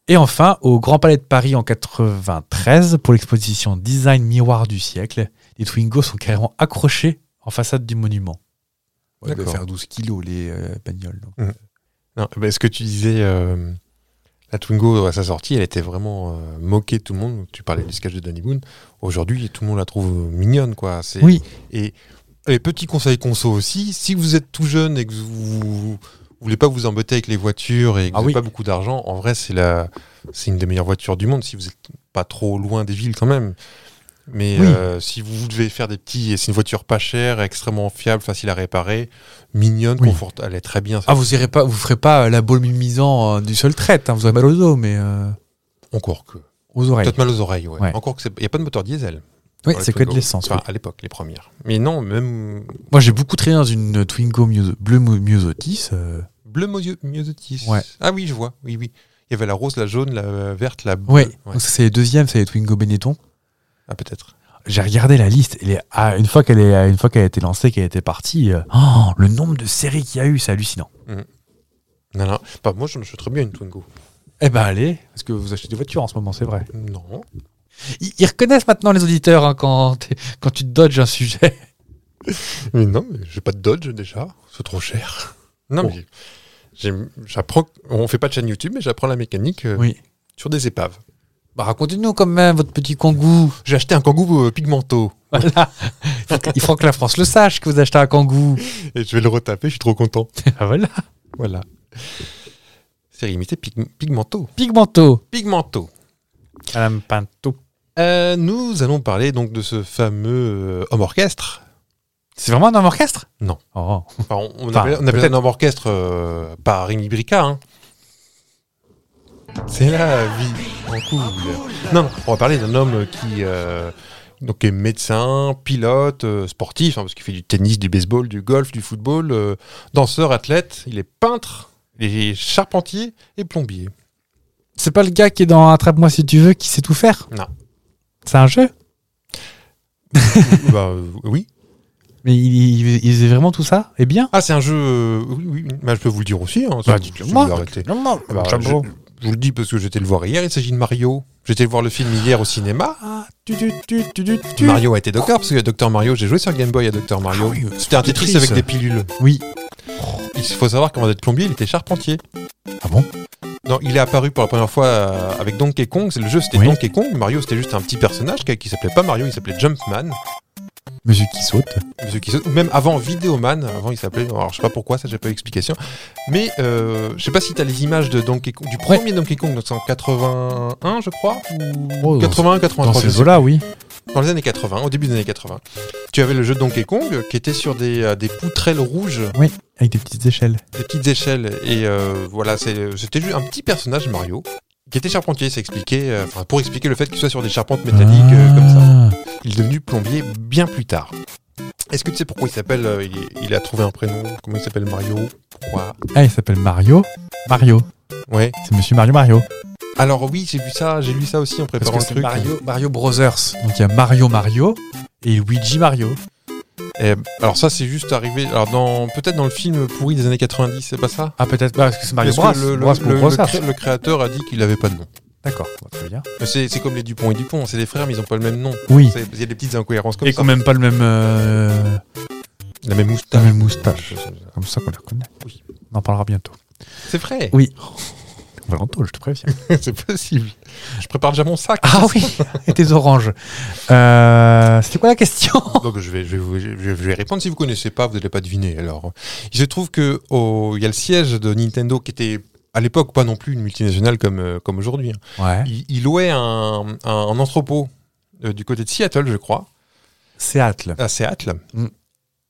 Speaker 1: Et enfin, au Grand Palais de Paris en 93, pour l'exposition Design Miroir du siècle, les Twingo sont carrément accrochés en façade du monument.
Speaker 2: Ouais, D'accord. ils doivent faire
Speaker 1: 12 kilos les
Speaker 2: euh,
Speaker 1: bagnoles.
Speaker 2: Non, bah, ce que tu disais, euh, la Twingo à sa sortie, elle était vraiment euh, moquée de tout le monde. Tu parlais du sketch de Danny Boone. Aujourd'hui, tout le monde la trouve mignonne, quoi. C'est-
Speaker 1: Oui.
Speaker 2: Et les petits conseils conso aussi. Si vous êtes tout jeune et que vous, vous voulez pas vous embêter avec les voitures et que
Speaker 1: Ah
Speaker 2: vous n'avez
Speaker 1: oui.
Speaker 2: pas beaucoup d'argent, en vrai, c'est la, c'est une des meilleures voitures du monde. Si vous êtes pas trop loin des villes, quand même. Mais
Speaker 1: Oui.
Speaker 2: euh, si vous devez faire des petits, c'est une voiture pas chère, extrêmement fiable, facile à réparer, mignonne,
Speaker 1: Oui.
Speaker 2: confortable, elle est très bien.
Speaker 1: Ah, vous irez pas, vous ferez pas euh, la boule mimisant du seul traite. hein, vous aurez mal au dos, mais euh,
Speaker 2: Encore que.
Speaker 1: aux oreilles.
Speaker 2: Peut-être mal aux oreilles, ouais.
Speaker 1: Ouais.
Speaker 2: Encore que il n'y a pas de moteur diesel.
Speaker 1: Oui,
Speaker 2: dans les
Speaker 1: c'est que de
Speaker 2: Twingo.
Speaker 1: l'essence.
Speaker 2: Enfin,
Speaker 1: oui.
Speaker 2: à l'époque, les premières. Mais non, même
Speaker 1: Moi, j'ai beaucoup traîné dans une Twingo Mio- bleue Mio- Miosotis. euh,
Speaker 2: bleu Mosio- myosotis.
Speaker 1: Ouais.
Speaker 2: Ah oui, je vois. Oui, oui. Il y avait la rose, la jaune, la verte, la bleue.
Speaker 1: Ouais.
Speaker 2: Ouais.
Speaker 1: Donc ça, c'est les deuxièmes, c'est les Twingo Benetton.
Speaker 2: Ah, peut-être.
Speaker 1: J'ai regardé la liste. Elle est- ah, une fois qu'elle est, une fois qu'elle a été lancée, qu'elle était partie, euh, oh, le nombre de séries qu'il y a eu, c'est hallucinant.
Speaker 2: Non, non. Bah, moi, je me très bien une Twingo.
Speaker 1: Eh ben allez, parce que vous achetez des voitures en ce moment, c'est vrai.
Speaker 2: Non.
Speaker 1: Ils, ils reconnaissent maintenant les auditeurs hein, quand, t'es- quand tu dodges un sujet.
Speaker 2: Mais non, mais j'ai pas de Dodge déjà. C'est trop cher. Non,
Speaker 1: Oh.
Speaker 2: mais j'ai- j'apprends. On fait pas de chaîne YouTube, mais j'apprends la mécanique euh,
Speaker 1: Oui.
Speaker 2: sur des épaves.
Speaker 1: Bah racontez-nous quand même votre petit kangou.
Speaker 2: J'ai acheté un kangou euh, pigmento
Speaker 1: Voilà. Il faut que la France le sache que vous achetez un kangou.
Speaker 2: et je vais le retaper. Je suis trop content.
Speaker 1: Ah voilà.
Speaker 2: Voilà. Série limitée Pig- pigmento.
Speaker 1: Pigmento.
Speaker 2: Pigmento.
Speaker 1: Madame Pinto.
Speaker 2: Euh, nous allons parler donc de ce fameux euh, homme orchestre.
Speaker 1: C'est vraiment un homme orchestre
Speaker 2: Non.
Speaker 1: Oh.
Speaker 2: Enfin, on, on
Speaker 1: Enfin,
Speaker 2: appelle, on appelle ça un homme orchestre euh, par Rémi Brica. hein. C'est la vie en cool. Non, non, on va parler d'un homme qui euh, donc est médecin, pilote, euh, sportif, hein, parce qu'il fait du tennis, du baseball, du golf, du football, euh, danseur, athlète. Il est peintre, il est charpentier et plombier.
Speaker 1: C'est pas le gars qui est dans Attrape-moi si tu veux qui sait tout faire
Speaker 2: Non.
Speaker 1: C'est un jeu
Speaker 2: Bah, euh, oui.
Speaker 1: Mais il, il- il faisait vraiment tout ça Eh bien
Speaker 2: Ah, c'est un jeu. euh, oui, oui, oui. Bah, je peux vous le dire aussi. hein, si
Speaker 1: Bah,
Speaker 2: vous-
Speaker 1: dites-le
Speaker 2: si
Speaker 1: moi.
Speaker 2: vous arrêtez.
Speaker 1: Non, non,
Speaker 2: Bah, je, je vous le dis parce que j'étais le voir hier, il s'agit de Mario. J'étais le voir le film hier au cinéma.
Speaker 1: Ah, tu, tu, tu, tu, tu, tu.
Speaker 2: Mario a été Docteur, parce que Docteur Mario, j'ai joué sur Game Boy à Docteur Mario.
Speaker 1: Ah oui,
Speaker 2: C'était un Tetris
Speaker 1: Tetris.
Speaker 2: avec des pilules.
Speaker 1: Oui.
Speaker 2: Il faut savoir qu'avant d'être plombier, il était charpentier.
Speaker 1: Ah bon
Speaker 2: Non, il est apparu pour la première fois euh, avec Donkey Kong. C'est le jeu, c'était
Speaker 1: Oui.
Speaker 2: Donkey Kong. Mario, c'était juste un petit personnage qui, qui s'appelait pas Mario, il s'appelait Jumpman.
Speaker 1: Monsieur qui saute.
Speaker 2: Monsieur qui saute. Ou même avant Videoman. Avant, il s'appelait. Alors, je sais pas pourquoi, ça, j'ai pas eu d'explication. Mais euh, je sais pas si t'as les images de Donkey Kong, du premier Donkey Kong, donc c'est en 81, je crois,
Speaker 1: Oh,
Speaker 2: ou
Speaker 1: dans
Speaker 2: 81, 83.
Speaker 1: Dans
Speaker 2: je
Speaker 1: ces
Speaker 2: sais
Speaker 1: eaux-là, oui.
Speaker 2: dans les années 80, au début des années 80, tu avais le jeu de Donkey Kong euh, qui était sur des, euh, des poutrelles rouges,
Speaker 1: Avec des petites échelles.
Speaker 2: des petites échelles. Et euh, voilà, c'est- c'était juste un petit personnage Mario qui était charpentier, c'est expliqué, euh, enfin, pour expliquer le fait qu'il soit sur des charpentes métalliques euh, comme ça.
Speaker 1: Ah.
Speaker 2: Il est devenu plombier bien plus tard. Est-ce que tu sais pourquoi il s'appelle euh, il, est- il a trouvé un prénom. Comment il s'appelle Mario Pourquoi
Speaker 1: Ah, il s'appelle Mario. Mario.
Speaker 2: Ouais.
Speaker 1: C'est Monsieur Mario Mario.
Speaker 2: Alors oui, j'ai vu ça, j'ai lu ça aussi en
Speaker 1: Parce
Speaker 2: préparant
Speaker 1: que
Speaker 2: le
Speaker 1: c'est
Speaker 2: truc.
Speaker 1: Mario, Mario Brothers. Donc il y a Mario Mario et Luigi Mario.
Speaker 2: Et, Eh, alors ça, c'est juste arrivé. Alors dans peut-être dans le film pourri des années 90, c'est pas ça
Speaker 1: Ah, peut-être pas, parce que c'est Mario
Speaker 2: Parce
Speaker 1: Bros.
Speaker 2: que le, le-
Speaker 1: Bros pour
Speaker 2: le- le
Speaker 1: Brothers.
Speaker 2: cré- le créateur a dit qu'il n'avait pas de nom.
Speaker 1: D'accord, bah, très bien.
Speaker 2: Mais C'est c'est comme les Dupont et Dupont, c'est des frères, mais ils n'ont pas le même nom.
Speaker 1: Oui.
Speaker 2: C'est- Il y a des petites incohérences comme
Speaker 1: Et
Speaker 2: ça.
Speaker 1: quand même pas le même. euh,
Speaker 2: La même
Speaker 1: la
Speaker 2: moustache.
Speaker 1: même moustache. Comme ça qu'on les reconnaît.
Speaker 2: Oui.
Speaker 1: On en parlera bientôt.
Speaker 2: C'est vrai,
Speaker 1: Oui. On va l'entendre, je te préviens.
Speaker 2: c'est possible. Je prépare déjà mon sac. hein.
Speaker 1: Ah oui Et tes oranges. Euh, C'était quoi la question
Speaker 2: Donc je vais, je, vais, vous- je vais- je vais répondre. Si vous connaissez pas, vous n'allez pas deviner. Alors, il se trouve que au- il y a le siège de Nintendo qui était à l'époque pas non plus une multinationale comme, euh, comme aujourd'hui. hein.
Speaker 1: Ouais.
Speaker 2: Il, il louait un, un- un entrepôt euh, du côté de Seattle, je crois.
Speaker 1: C'est Atle.
Speaker 2: à Seattle.
Speaker 1: Mm.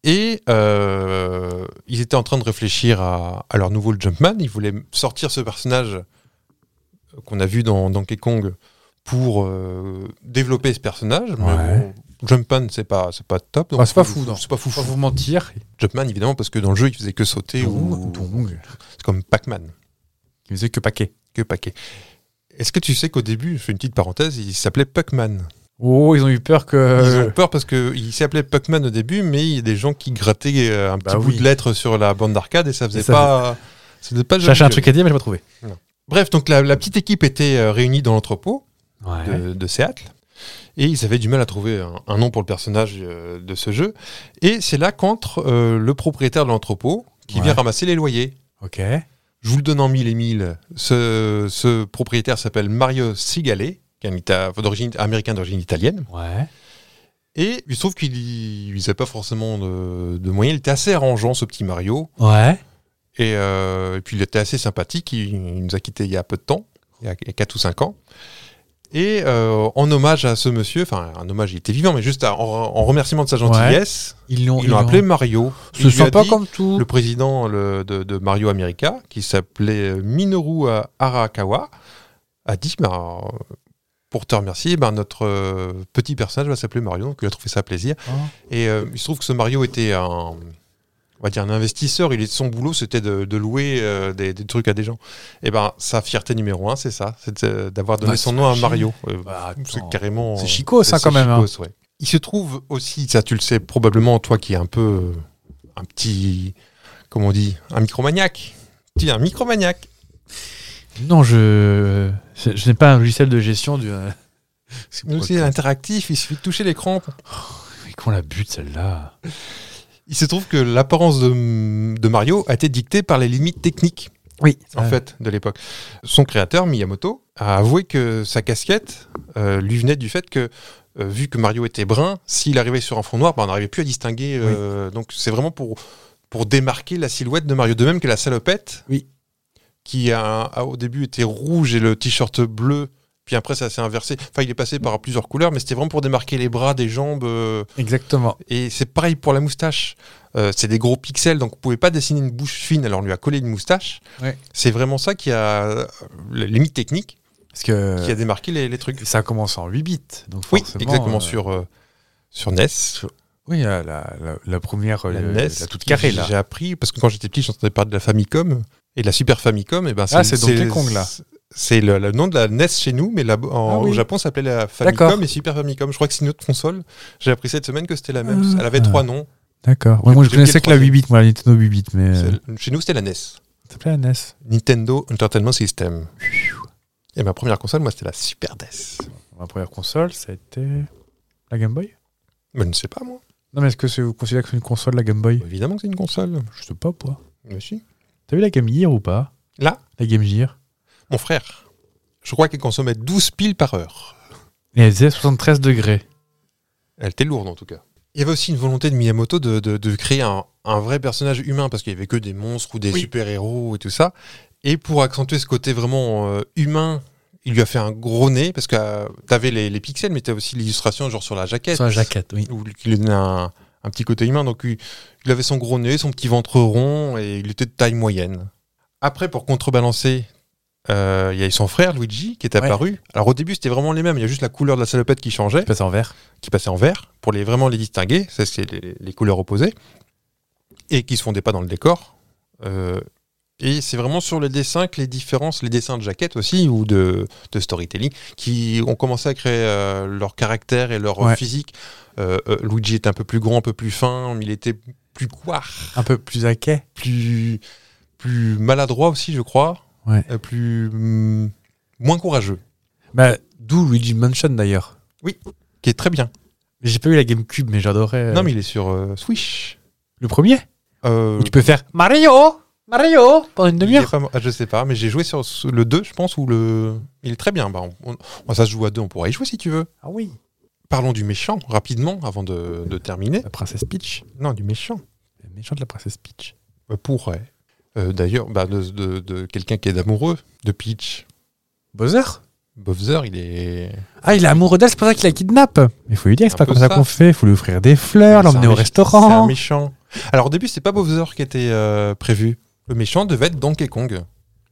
Speaker 2: Et euh, ils étaient en train de réfléchir à, à leur nouveau Jumpman. Ils voulaient sortir ce personnage qu'on a vu dans Donkey Kong pour euh, développer ce personnage. Mais
Speaker 1: Ouais.
Speaker 2: bon, Jumpman, c'est pas, c'est pas top.
Speaker 1: Ah, c'est pas fou, non.
Speaker 2: C'est pas fou.
Speaker 1: Faut pas vous mentir.
Speaker 2: Jumpman, évidemment, parce que dans le jeu, il faisait que sauter ou. C'est comme Pac-Man,
Speaker 1: Il faisait que paquet.
Speaker 2: que paquet. Est-ce que tu sais qu'au début, je fais une petite parenthèse, il s'appelait Pac-Man
Speaker 1: Oh, ils ont eu peur
Speaker 2: Ils
Speaker 1: que.
Speaker 2: ont peur parce qu'il s'appelait Puckman au début, mais il y a des gens qui grattaient euh, un petit
Speaker 1: Bah
Speaker 2: bout
Speaker 1: oui.
Speaker 2: de lettre sur la bande d'arcade et ça faisait
Speaker 1: Et ça
Speaker 2: pas. ça faisait pas
Speaker 1: J'ai
Speaker 2: joli
Speaker 1: cherché un
Speaker 2: jeu.
Speaker 1: truc à dire, mais j'ai pas trouvé.
Speaker 2: Bref, donc la, la petite équipe était euh, réunie dans l'entrepôt
Speaker 1: Ouais.
Speaker 2: de, de Seattle et ils avaient du mal à trouver un, un nom pour le personnage euh, de ce jeu. Et c'est là qu'entre euh, le propriétaire de l'entrepôt qui
Speaker 1: Ouais.
Speaker 2: vient ramasser les loyers.
Speaker 1: Ok.
Speaker 2: Je vous le donne en mille et mille. Ce, ce propriétaire s'appelle Mario Sigale, qui est un Ita- d'origine- américain d'origine italienne.
Speaker 1: Ouais.
Speaker 2: Et il se trouve qu'il y- il n'avait pas forcément de, de moyens. Il était assez arrangeant, ce petit Mario.
Speaker 1: Ouais.
Speaker 2: Et, euh, et puis, il était assez sympathique. Il, il nous a quittés il y a peu de temps, il y a, 4 ou 5 ans. Et euh, en hommage à ce monsieur, enfin, un hommage, il était vivant, mais juste à- en, en remerciement de sa gentillesse,
Speaker 1: Ils l'ont
Speaker 2: ils l'ont appelé Mario. Il
Speaker 1: Ce
Speaker 2: lui a
Speaker 1: sont pas
Speaker 2: dit,
Speaker 1: comme tout.
Speaker 2: Le président le- de, de Mario America, qui s'appelait Minoru euh, Arakawa, a dit bah, euh, pour te remercier, ben, notre euh, petit personnage va s'appeler Mario. Donc, il a trouvé ça plaisir.
Speaker 1: Ah,
Speaker 2: Et euh, il se trouve que ce Mario était un, on va dire un investisseur. Il est, son boulot, c'était de, de louer euh, des, des trucs à des gens. Et ben, sa fierté numéro un, c'est ça, c'est euh, d'avoir donné
Speaker 1: Bah,
Speaker 2: son
Speaker 1: c'est
Speaker 2: nom à
Speaker 1: pas
Speaker 2: Mario. Euh,
Speaker 1: Bah, attends.
Speaker 2: c'est carrément.
Speaker 1: C'est chicos, ça,
Speaker 2: c'est
Speaker 1: quand même, hein.
Speaker 2: chicos, ouais. Il se trouve aussi, ça tu le sais probablement, toi qui es un peu euh, un petit, comment on dit, un micromaniaque. Tu es un micromaniaque.
Speaker 1: Non, je. c'est- Je n'ai pas un logiciel de gestion du. euh, c'est
Speaker 2: Nous,
Speaker 1: quoi
Speaker 2: c'est
Speaker 1: que-
Speaker 2: interactif, il suffit de toucher l'écran.
Speaker 1: Mais qu'on la bute, celle-là
Speaker 2: Il se trouve que l'apparence de, de Mario a été dictée par les limites techniques.
Speaker 1: Oui.
Speaker 2: en fait, de l'époque. Son créateur, Miyamoto, a avoué que sa casquette euh, lui venait du fait que, euh, vu que Mario était brun, s'il arrivait sur un fond noir, bah, on n'arrivait plus à distinguer. euh, Donc c'est vraiment pour, pour démarquer la silhouette de Mario. De même que la salopette,
Speaker 1: Oui.
Speaker 2: qui a, a au début était rouge et le t-shirt bleu, puis après ça s'est inversé. Enfin, il est passé par plusieurs couleurs, mais c'était vraiment pour démarquer les bras des jambes. euh,
Speaker 1: Exactement.
Speaker 2: et c'est pareil pour la moustache. Euh, c'est des gros pixels, donc vous pouvez pas dessiner une bouche fine, alors on lui a collé une moustache.
Speaker 1: Ouais.
Speaker 2: C'est vraiment ça qui a euh, la limite technique,
Speaker 1: Parce que.
Speaker 2: qui a démarqué les, les trucs.
Speaker 1: Ça commence en 8 bits. Donc
Speaker 2: Oui,
Speaker 1: forcément,
Speaker 2: exactement,
Speaker 1: euh,
Speaker 2: sur, euh, sur NES,
Speaker 1: Oui, euh, la, la- la première.
Speaker 2: la
Speaker 1: euh,
Speaker 2: NES,
Speaker 1: la toute carrée, là.
Speaker 2: J'ai appris, parce que quand j'étais petit, j'entendais parler de la Famicom, et de la Super Famicom, et ben
Speaker 1: Ah, c'est Donkey Kong, là.
Speaker 2: C'est le, le nom de la NES chez nous, mais là, en,
Speaker 1: Ah oui.
Speaker 2: au Japon, ça s'appelait la
Speaker 1: D'accord.
Speaker 2: Famicom et Super Famicom. Je crois que c'est une autre console. J'ai appris cette semaine que c'était la
Speaker 1: Ah.
Speaker 2: même. Elle avait trois noms.
Speaker 1: D'accord. Ouais, moi, je
Speaker 2: J'ai oublié
Speaker 1: connaissais
Speaker 2: le
Speaker 1: que la
Speaker 2: troisième.
Speaker 1: 8 bits, moi, la Nintendo 8 bits, mais. euh,
Speaker 2: C'est- Chez nous, c'était la NES.
Speaker 1: Ça s'appelait la NES.
Speaker 2: Nintendo Entertainment System. Et ma première console, moi, c'était la Super E NES.
Speaker 1: Ma première console, ça a été la Game Boy
Speaker 2: Mais je ne sais pas, moi.
Speaker 1: Non, mais est-ce que c'est- vous considérez que c'est une console, la Game Boy
Speaker 2: Évidemment que c'est une console.
Speaker 1: Je sais pas, quoi.
Speaker 2: Mais si.
Speaker 1: T'as vu la Game Gear ou pas
Speaker 2: Là
Speaker 1: La Game Gear
Speaker 2: Mon frère, je crois qu'elle consommait 12 piles par heure.
Speaker 1: Et elle faisait 73 degrés.
Speaker 2: Elle était lourde en tout cas. Il y avait aussi une volonté de Miyamoto de, de- de créer un, un vrai personnage humain parce qu'il n'y avait que des monstres ou des
Speaker 1: Oui.
Speaker 2: super-héros et tout ça. Et pour accentuer ce côté vraiment euh, humain, il lui a fait un gros nez parce que tu avais les, les pixels, mais tu aussi l'illustration genre sur la jaquette.
Speaker 1: Sur la jaquette, oui.
Speaker 2: Où il lui donnait un, un petit côté humain. Donc il, il avait son gros nez, son petit ventre rond et il était de taille moyenne. Après, pour contrebalancer, euh, il y a eu son frère Luigi qui est
Speaker 1: Ouais.
Speaker 2: apparu. Alors au début, c'était vraiment les mêmes. Il y a juste la couleur de la salopette qui changeait
Speaker 1: Passe en vert.
Speaker 2: qui passaient en vert pour les vraiment les distinguer, ça c'est les, les couleurs opposées, et qui se fondaient pas dans le décor. Euh, et c'est vraiment sur les dessins que les différences, les dessins de jaquettes aussi ou de, de storytelling, qui ont commencé à créer euh, leur caractère et leur
Speaker 1: Ouais.
Speaker 2: physique. Euh, euh, Luigi était un peu plus grand, un peu plus fin, mais il était plus coir,
Speaker 1: Un peu plus à quai.
Speaker 2: plus plus maladroit aussi, je crois,
Speaker 1: Ouais.
Speaker 2: Euh, plus hum, moins courageux,
Speaker 1: Bah, D'où Luigi Mansion d'ailleurs.
Speaker 2: qui est très bien.
Speaker 1: J'ai pas eu la GameCube, mais j'adorais. euh,
Speaker 2: Non, mais il est sur euh, Switch.
Speaker 1: Le premier
Speaker 2: Euh,
Speaker 1: Où tu peux faire Mario Mario Pendant une
Speaker 2: Il est
Speaker 1: demi-heure.
Speaker 2: pas mo- ah, je sais pas, mais j'ai joué sur sur le 2, je pense, ou le. Il est très bien. Bah, on- on- ça se joue à deux, on pourra y jouer si tu veux.
Speaker 1: Ah oui.
Speaker 2: Parlons du méchant, rapidement, avant de, de terminer.
Speaker 1: La princesse Peach.
Speaker 2: Non, du méchant.
Speaker 1: Le méchant de la princesse Peach.
Speaker 2: Euh, pourrait. Euh, D'ailleurs, bah, de, de- de quelqu'un qui est amoureux de Peach.
Speaker 1: Bowser
Speaker 2: Bowser, il est.
Speaker 1: Ah, il est amoureux d'elle, c'est pour ça qu'il la kidnappe. Mais faut lui dire, c'est
Speaker 2: Un
Speaker 1: pas
Speaker 2: peu
Speaker 1: comme ça,
Speaker 2: ça.
Speaker 1: qu'on fait. Faut lui offrir des fleurs,
Speaker 2: C'est un
Speaker 1: l'emmener au
Speaker 2: méch- C'est un
Speaker 1: restaurant.
Speaker 2: méchant. Alors, au début, c'est pas Bowser qui était euh, prévu. Le méchant devait être Donkey Kong.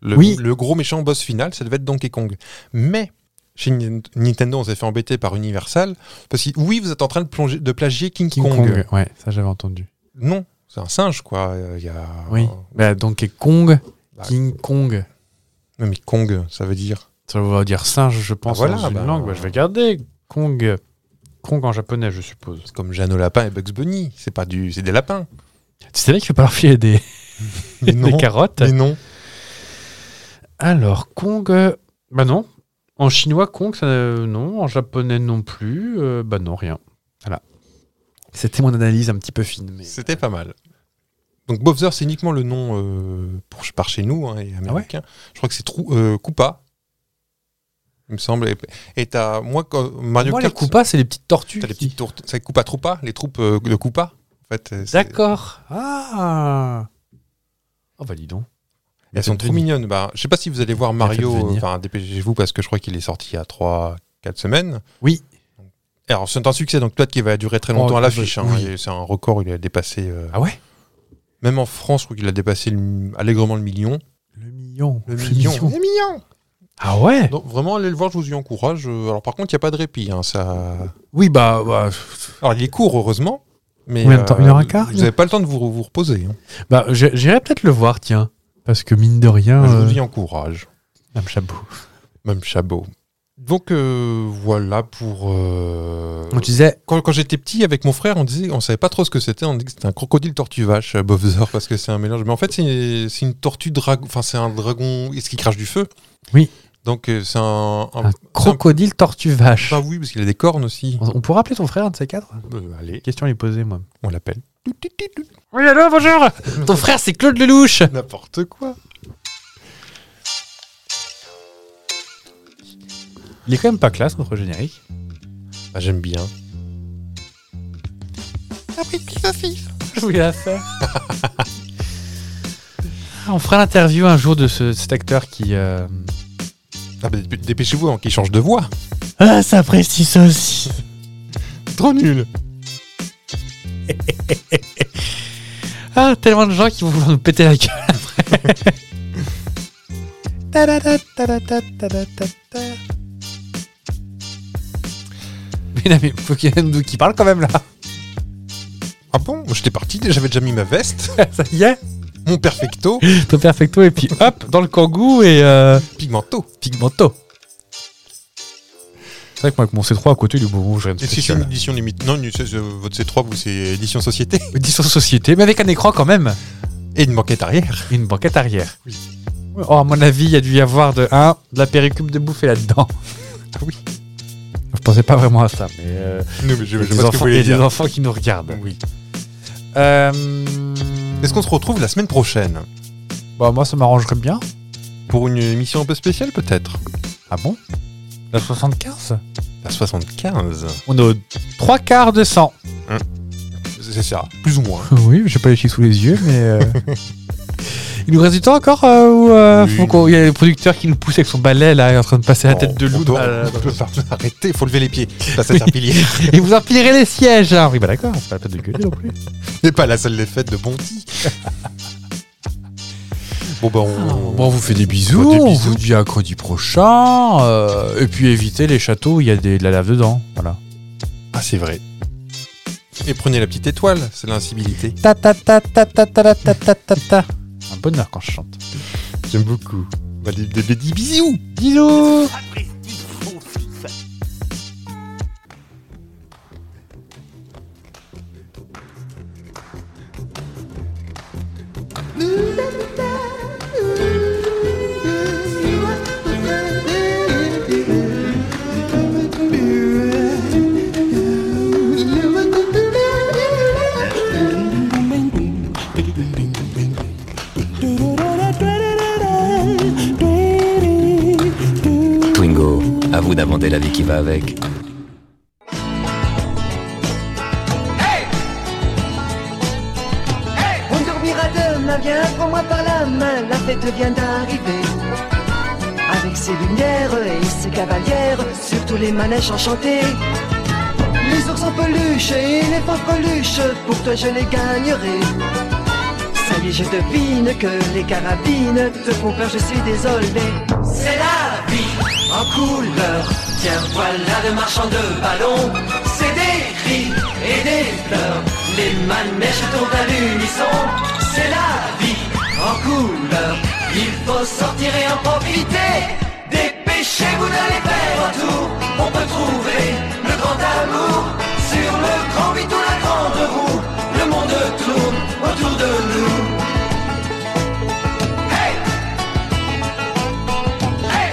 Speaker 2: Le,
Speaker 1: Oui.
Speaker 2: le gros méchant boss final, ça devait être Donkey Kong. Mais chez Nin- Nintendo, on s'est fait embêter par Universal. Parce que oui, vous êtes en train de, plonger, de plagier King,
Speaker 1: King
Speaker 2: Kong.
Speaker 1: Kong. Ouais, ça j'avais entendu.
Speaker 2: Non, c'est un singe, quoi. Euh, Il y a...
Speaker 1: Oui. Bah, Donkey Kong,
Speaker 2: Bah,
Speaker 1: King Kong.
Speaker 2: Non, mais Kong, ça veut dire.
Speaker 1: Ça va dire singe, je pense,
Speaker 2: Ah, voilà,
Speaker 1: dans une
Speaker 2: bah.
Speaker 1: langue. Bah, je vais garder Kong. Kong en japonais, je suppose.
Speaker 2: C'est comme Jeanne au lapin et Bugs Bunny. C'est pas du. C'est des lapins.
Speaker 1: Tu savais qu'il faut pas leur filer des,
Speaker 2: Mais non.
Speaker 1: des carottes
Speaker 2: Mais non.
Speaker 1: Alors, Kong... euh, Bah non. En chinois, Kong, ça, euh, non. En japonais, non plus. Euh, bah non, rien. Voilà. C'était mon analyse un petit peu fine. Mais...
Speaker 2: C'était pas mal. Donc Bowser, c'est uniquement le nom euh, pour, par chez nous, hein, et
Speaker 1: Ah
Speaker 2: américain. Je crois que c'est Trou- euh, Koopa. Il me semble. Et- Et t'as. Moi, quand Mario
Speaker 1: Moi, les
Speaker 2: Kart.
Speaker 1: Koopas, c'est les petites tortues.
Speaker 2: T'as les
Speaker 1: qui-
Speaker 2: petites tours. C'est Koopa Troopa, les troupes euh, de Koopa. En fait, euh, c'est-
Speaker 1: D'accord. Ah Oh, bah dis donc.
Speaker 2: Elles sont trop mignonnes. Bah, je sais pas si vous allez voir
Speaker 1: Faites
Speaker 2: Mario.
Speaker 1: venir.
Speaker 2: Enfin, dépêchez-vous parce que je crois qu'il est sorti il y a 3-4 semaines.
Speaker 1: Oui.
Speaker 2: Et Alors, c'est un succès, donc peut-être qu'il va durer très longtemps
Speaker 1: Oh,
Speaker 2: à l'affiche. hein.
Speaker 1: oui.
Speaker 2: Et C'est un record, il a dépassé. euh,
Speaker 1: Ah ouais
Speaker 2: Même en France, je crois qu'il a dépassé le- allègrement le million.
Speaker 1: Le million.
Speaker 2: Le million. Le million
Speaker 1: Ah ouais
Speaker 2: Donc, vraiment, allez le voir, je vous y encourage. Euh, Alors, par contre, il n'y a pas de répit. hein, ça...
Speaker 1: Oui, bah... bah,
Speaker 2: Alors, il est court, heureusement. Mais, euh,
Speaker 1: Combien de temps Une heure et quart,
Speaker 2: Vous
Speaker 1: il-
Speaker 2: n'avez pas le temps de vous, vous reposer. hein.
Speaker 1: bah, je- J'irai peut-être le voir, tiens. Parce que mine de rien...
Speaker 2: Je
Speaker 1: euh, Ah,
Speaker 2: vous y encourage.
Speaker 1: Madame Chabot.
Speaker 2: Même Chabot. Donc euh, voilà pour. euh,
Speaker 1: On disait...
Speaker 2: Quand, quand j'étais petit, avec mon frère, on disait, on savait pas trop ce que c'était. On disait que c'était un crocodile tortue vache, euh, Bowser, parce que c'est un mélange. Mais en fait, c'est c'est une tortue dragon. Enfin, c'est un dragon. Est-ce qu'il crache du feu
Speaker 1: Oui. Ah.
Speaker 2: Donc euh, c'est un. un-
Speaker 1: Un crocodile tortue vache.
Speaker 2: Bah oui, parce qu'il a des cornes aussi.
Speaker 1: On on pourra appeler ton frère, un de ces quatre
Speaker 2: Euh, allez,
Speaker 1: Question à lui poser, moi.
Speaker 2: on l'appelle.
Speaker 1: Oui, allô, bonjour Ton frère, c'est Claude Lelouch
Speaker 2: N'importe quoi.
Speaker 1: Il est quand même pas classe, notre générique.
Speaker 2: Ah, J'aime bien.
Speaker 1: Je voulais la faire. Ah, On fera l'interview un jour de ce- cet acteur qui... euh,
Speaker 2: Ah bah, dép- dépêchez-vous hein, qu'il change de voix.
Speaker 1: Ah, ça apprécie ça aussi
Speaker 2: Trop nul.
Speaker 1: Ah, tellement de gens qui vont vouloir nous péter la gueule après. Ta-da-da-ta-da-ta-ta-da-ta-ta. Mais non, mais faut qu'il y ait un de nous qui parle quand même là.
Speaker 2: Ah bon J'étais parti. J'avais déjà mis ma veste,
Speaker 1: Ça y est,
Speaker 2: mon perfecto,
Speaker 1: ton perfecto et puis hop, dans le kangou et euh,
Speaker 2: pigmento.
Speaker 1: pigmento. C'est vrai que moi avec mon C3 à côté du bon, j'ai rien de
Speaker 2: Est-ce que c'est une
Speaker 1: spécial.
Speaker 2: édition limite Non, une- c'est- c'est- votre C3, vous, c'est édition société.
Speaker 1: Une distance société, mais avec un écran quand même.
Speaker 2: Et une banquette arrière.
Speaker 1: Et une banquette arrière.
Speaker 2: Oui.
Speaker 1: Ouais, Oh, à mon avis, il y a dû y avoir de, un, de la péricube de bouffée là-dedans.
Speaker 2: Ah oui.
Speaker 1: Je pensais pas vraiment à ça, mais. euh,
Speaker 2: Non, mais je,
Speaker 1: il y a
Speaker 2: je
Speaker 1: des
Speaker 2: vois ce que vous
Speaker 1: enfants- il y
Speaker 2: voulez
Speaker 1: a des
Speaker 2: dire.
Speaker 1: enfants qui nous regardent.
Speaker 2: Oui.
Speaker 1: Euh,
Speaker 2: Est-ce qu'on se retrouve la semaine prochaine
Speaker 1: Bah, moi, ça m'arrangerait bien.
Speaker 2: pour une émission un peu spéciale peut-être.
Speaker 1: Ah bon La 75
Speaker 2: La 75.
Speaker 1: On est aux trois quarts de 100.
Speaker 2: C'est ça, plus ou moins.
Speaker 1: Oui, j'ai pas les chiffres sous les yeux, mais. euh, Il nous reste du temps encore euh, ou euh,
Speaker 2: Oui. Oh.
Speaker 1: faut qu'on- il y a le producteur qui nous pousse avec son balai là, en train de passer la tête de loup.
Speaker 2: On
Speaker 1: dans
Speaker 2: peut,
Speaker 1: la-
Speaker 2: on peut pas arrêter, faut lever les pieds. Ça c'est un pilier.
Speaker 1: Et vous empillerez les sièges. hein. Oui, bah d'accord, c'est pas la peine de gueuler non plus.
Speaker 2: Et pas la salle des fêtes de Bonty. bon bah on,
Speaker 1: Bon, on vous fait des bisous,
Speaker 2: Des
Speaker 1: on
Speaker 2: bisous.
Speaker 1: vous dit à mercredi prochain. euh, et puis évitez les châteaux où il y a des- de la lave dedans. Voilà.
Speaker 2: Ah c'est vrai. Et prenez la petite étoile, c'est l'incibilité.
Speaker 1: Ta ta ta ta ta ta ta ta ta ta ta. Un bonheur quand je chante.
Speaker 2: J'aime beaucoup. Bah, des, des- des- des bisous.
Speaker 1: Bisous
Speaker 4: Twingo, à vous d'inventer la vie qui va avec.
Speaker 5: On dormira demain, viens, prends-moi par la main, la fête vient d'arriver. Avec ses lumières et ses cavalières, sur tous les manèges enchantés. Les ours en peluche et les femmes peluches, pour toi je les gagnerai. Ça y est, je devine que les carabines te font peur, je suis désolé. C'est la vie en couleur, tiens voilà le marchand de ballons. C'est des cris et des pleurs, les manèges tournent à l'unisson. C'est la vie en couleur, il faut sortir et en profiter. Dépêchez-vous d'aller faire un tour, on peut trouver le grand amour. Sur le grand vite ou la grande roue, le monde tourne autour de nous.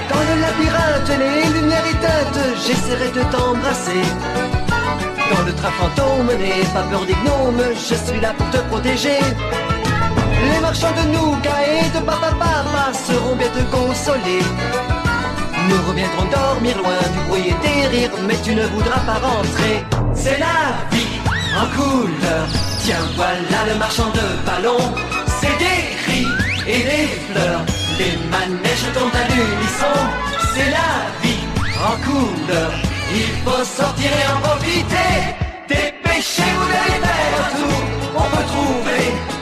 Speaker 5: Dans le labyrinthe, les lumières éteintes, j'essaierai de t'embrasser. Dans le train fantôme, n'aie pas peur des gnomes, je suis là pour te protéger. Les marchands de Nougat et de Papa Papa seront bien te consoler. Nous reviendrons dormir loin du bruit et des rires, mais tu ne voudras pas rentrer. C'est la vie en couleur. Tiens, voilà le marchand de ballons. C'est des cris et des fleurs. Les manèges tournent à l'unisson. C'est la vie en couleur. Il faut sortir et en profiter. Dépêchez-vous d'aller faire un tour. On peut trouver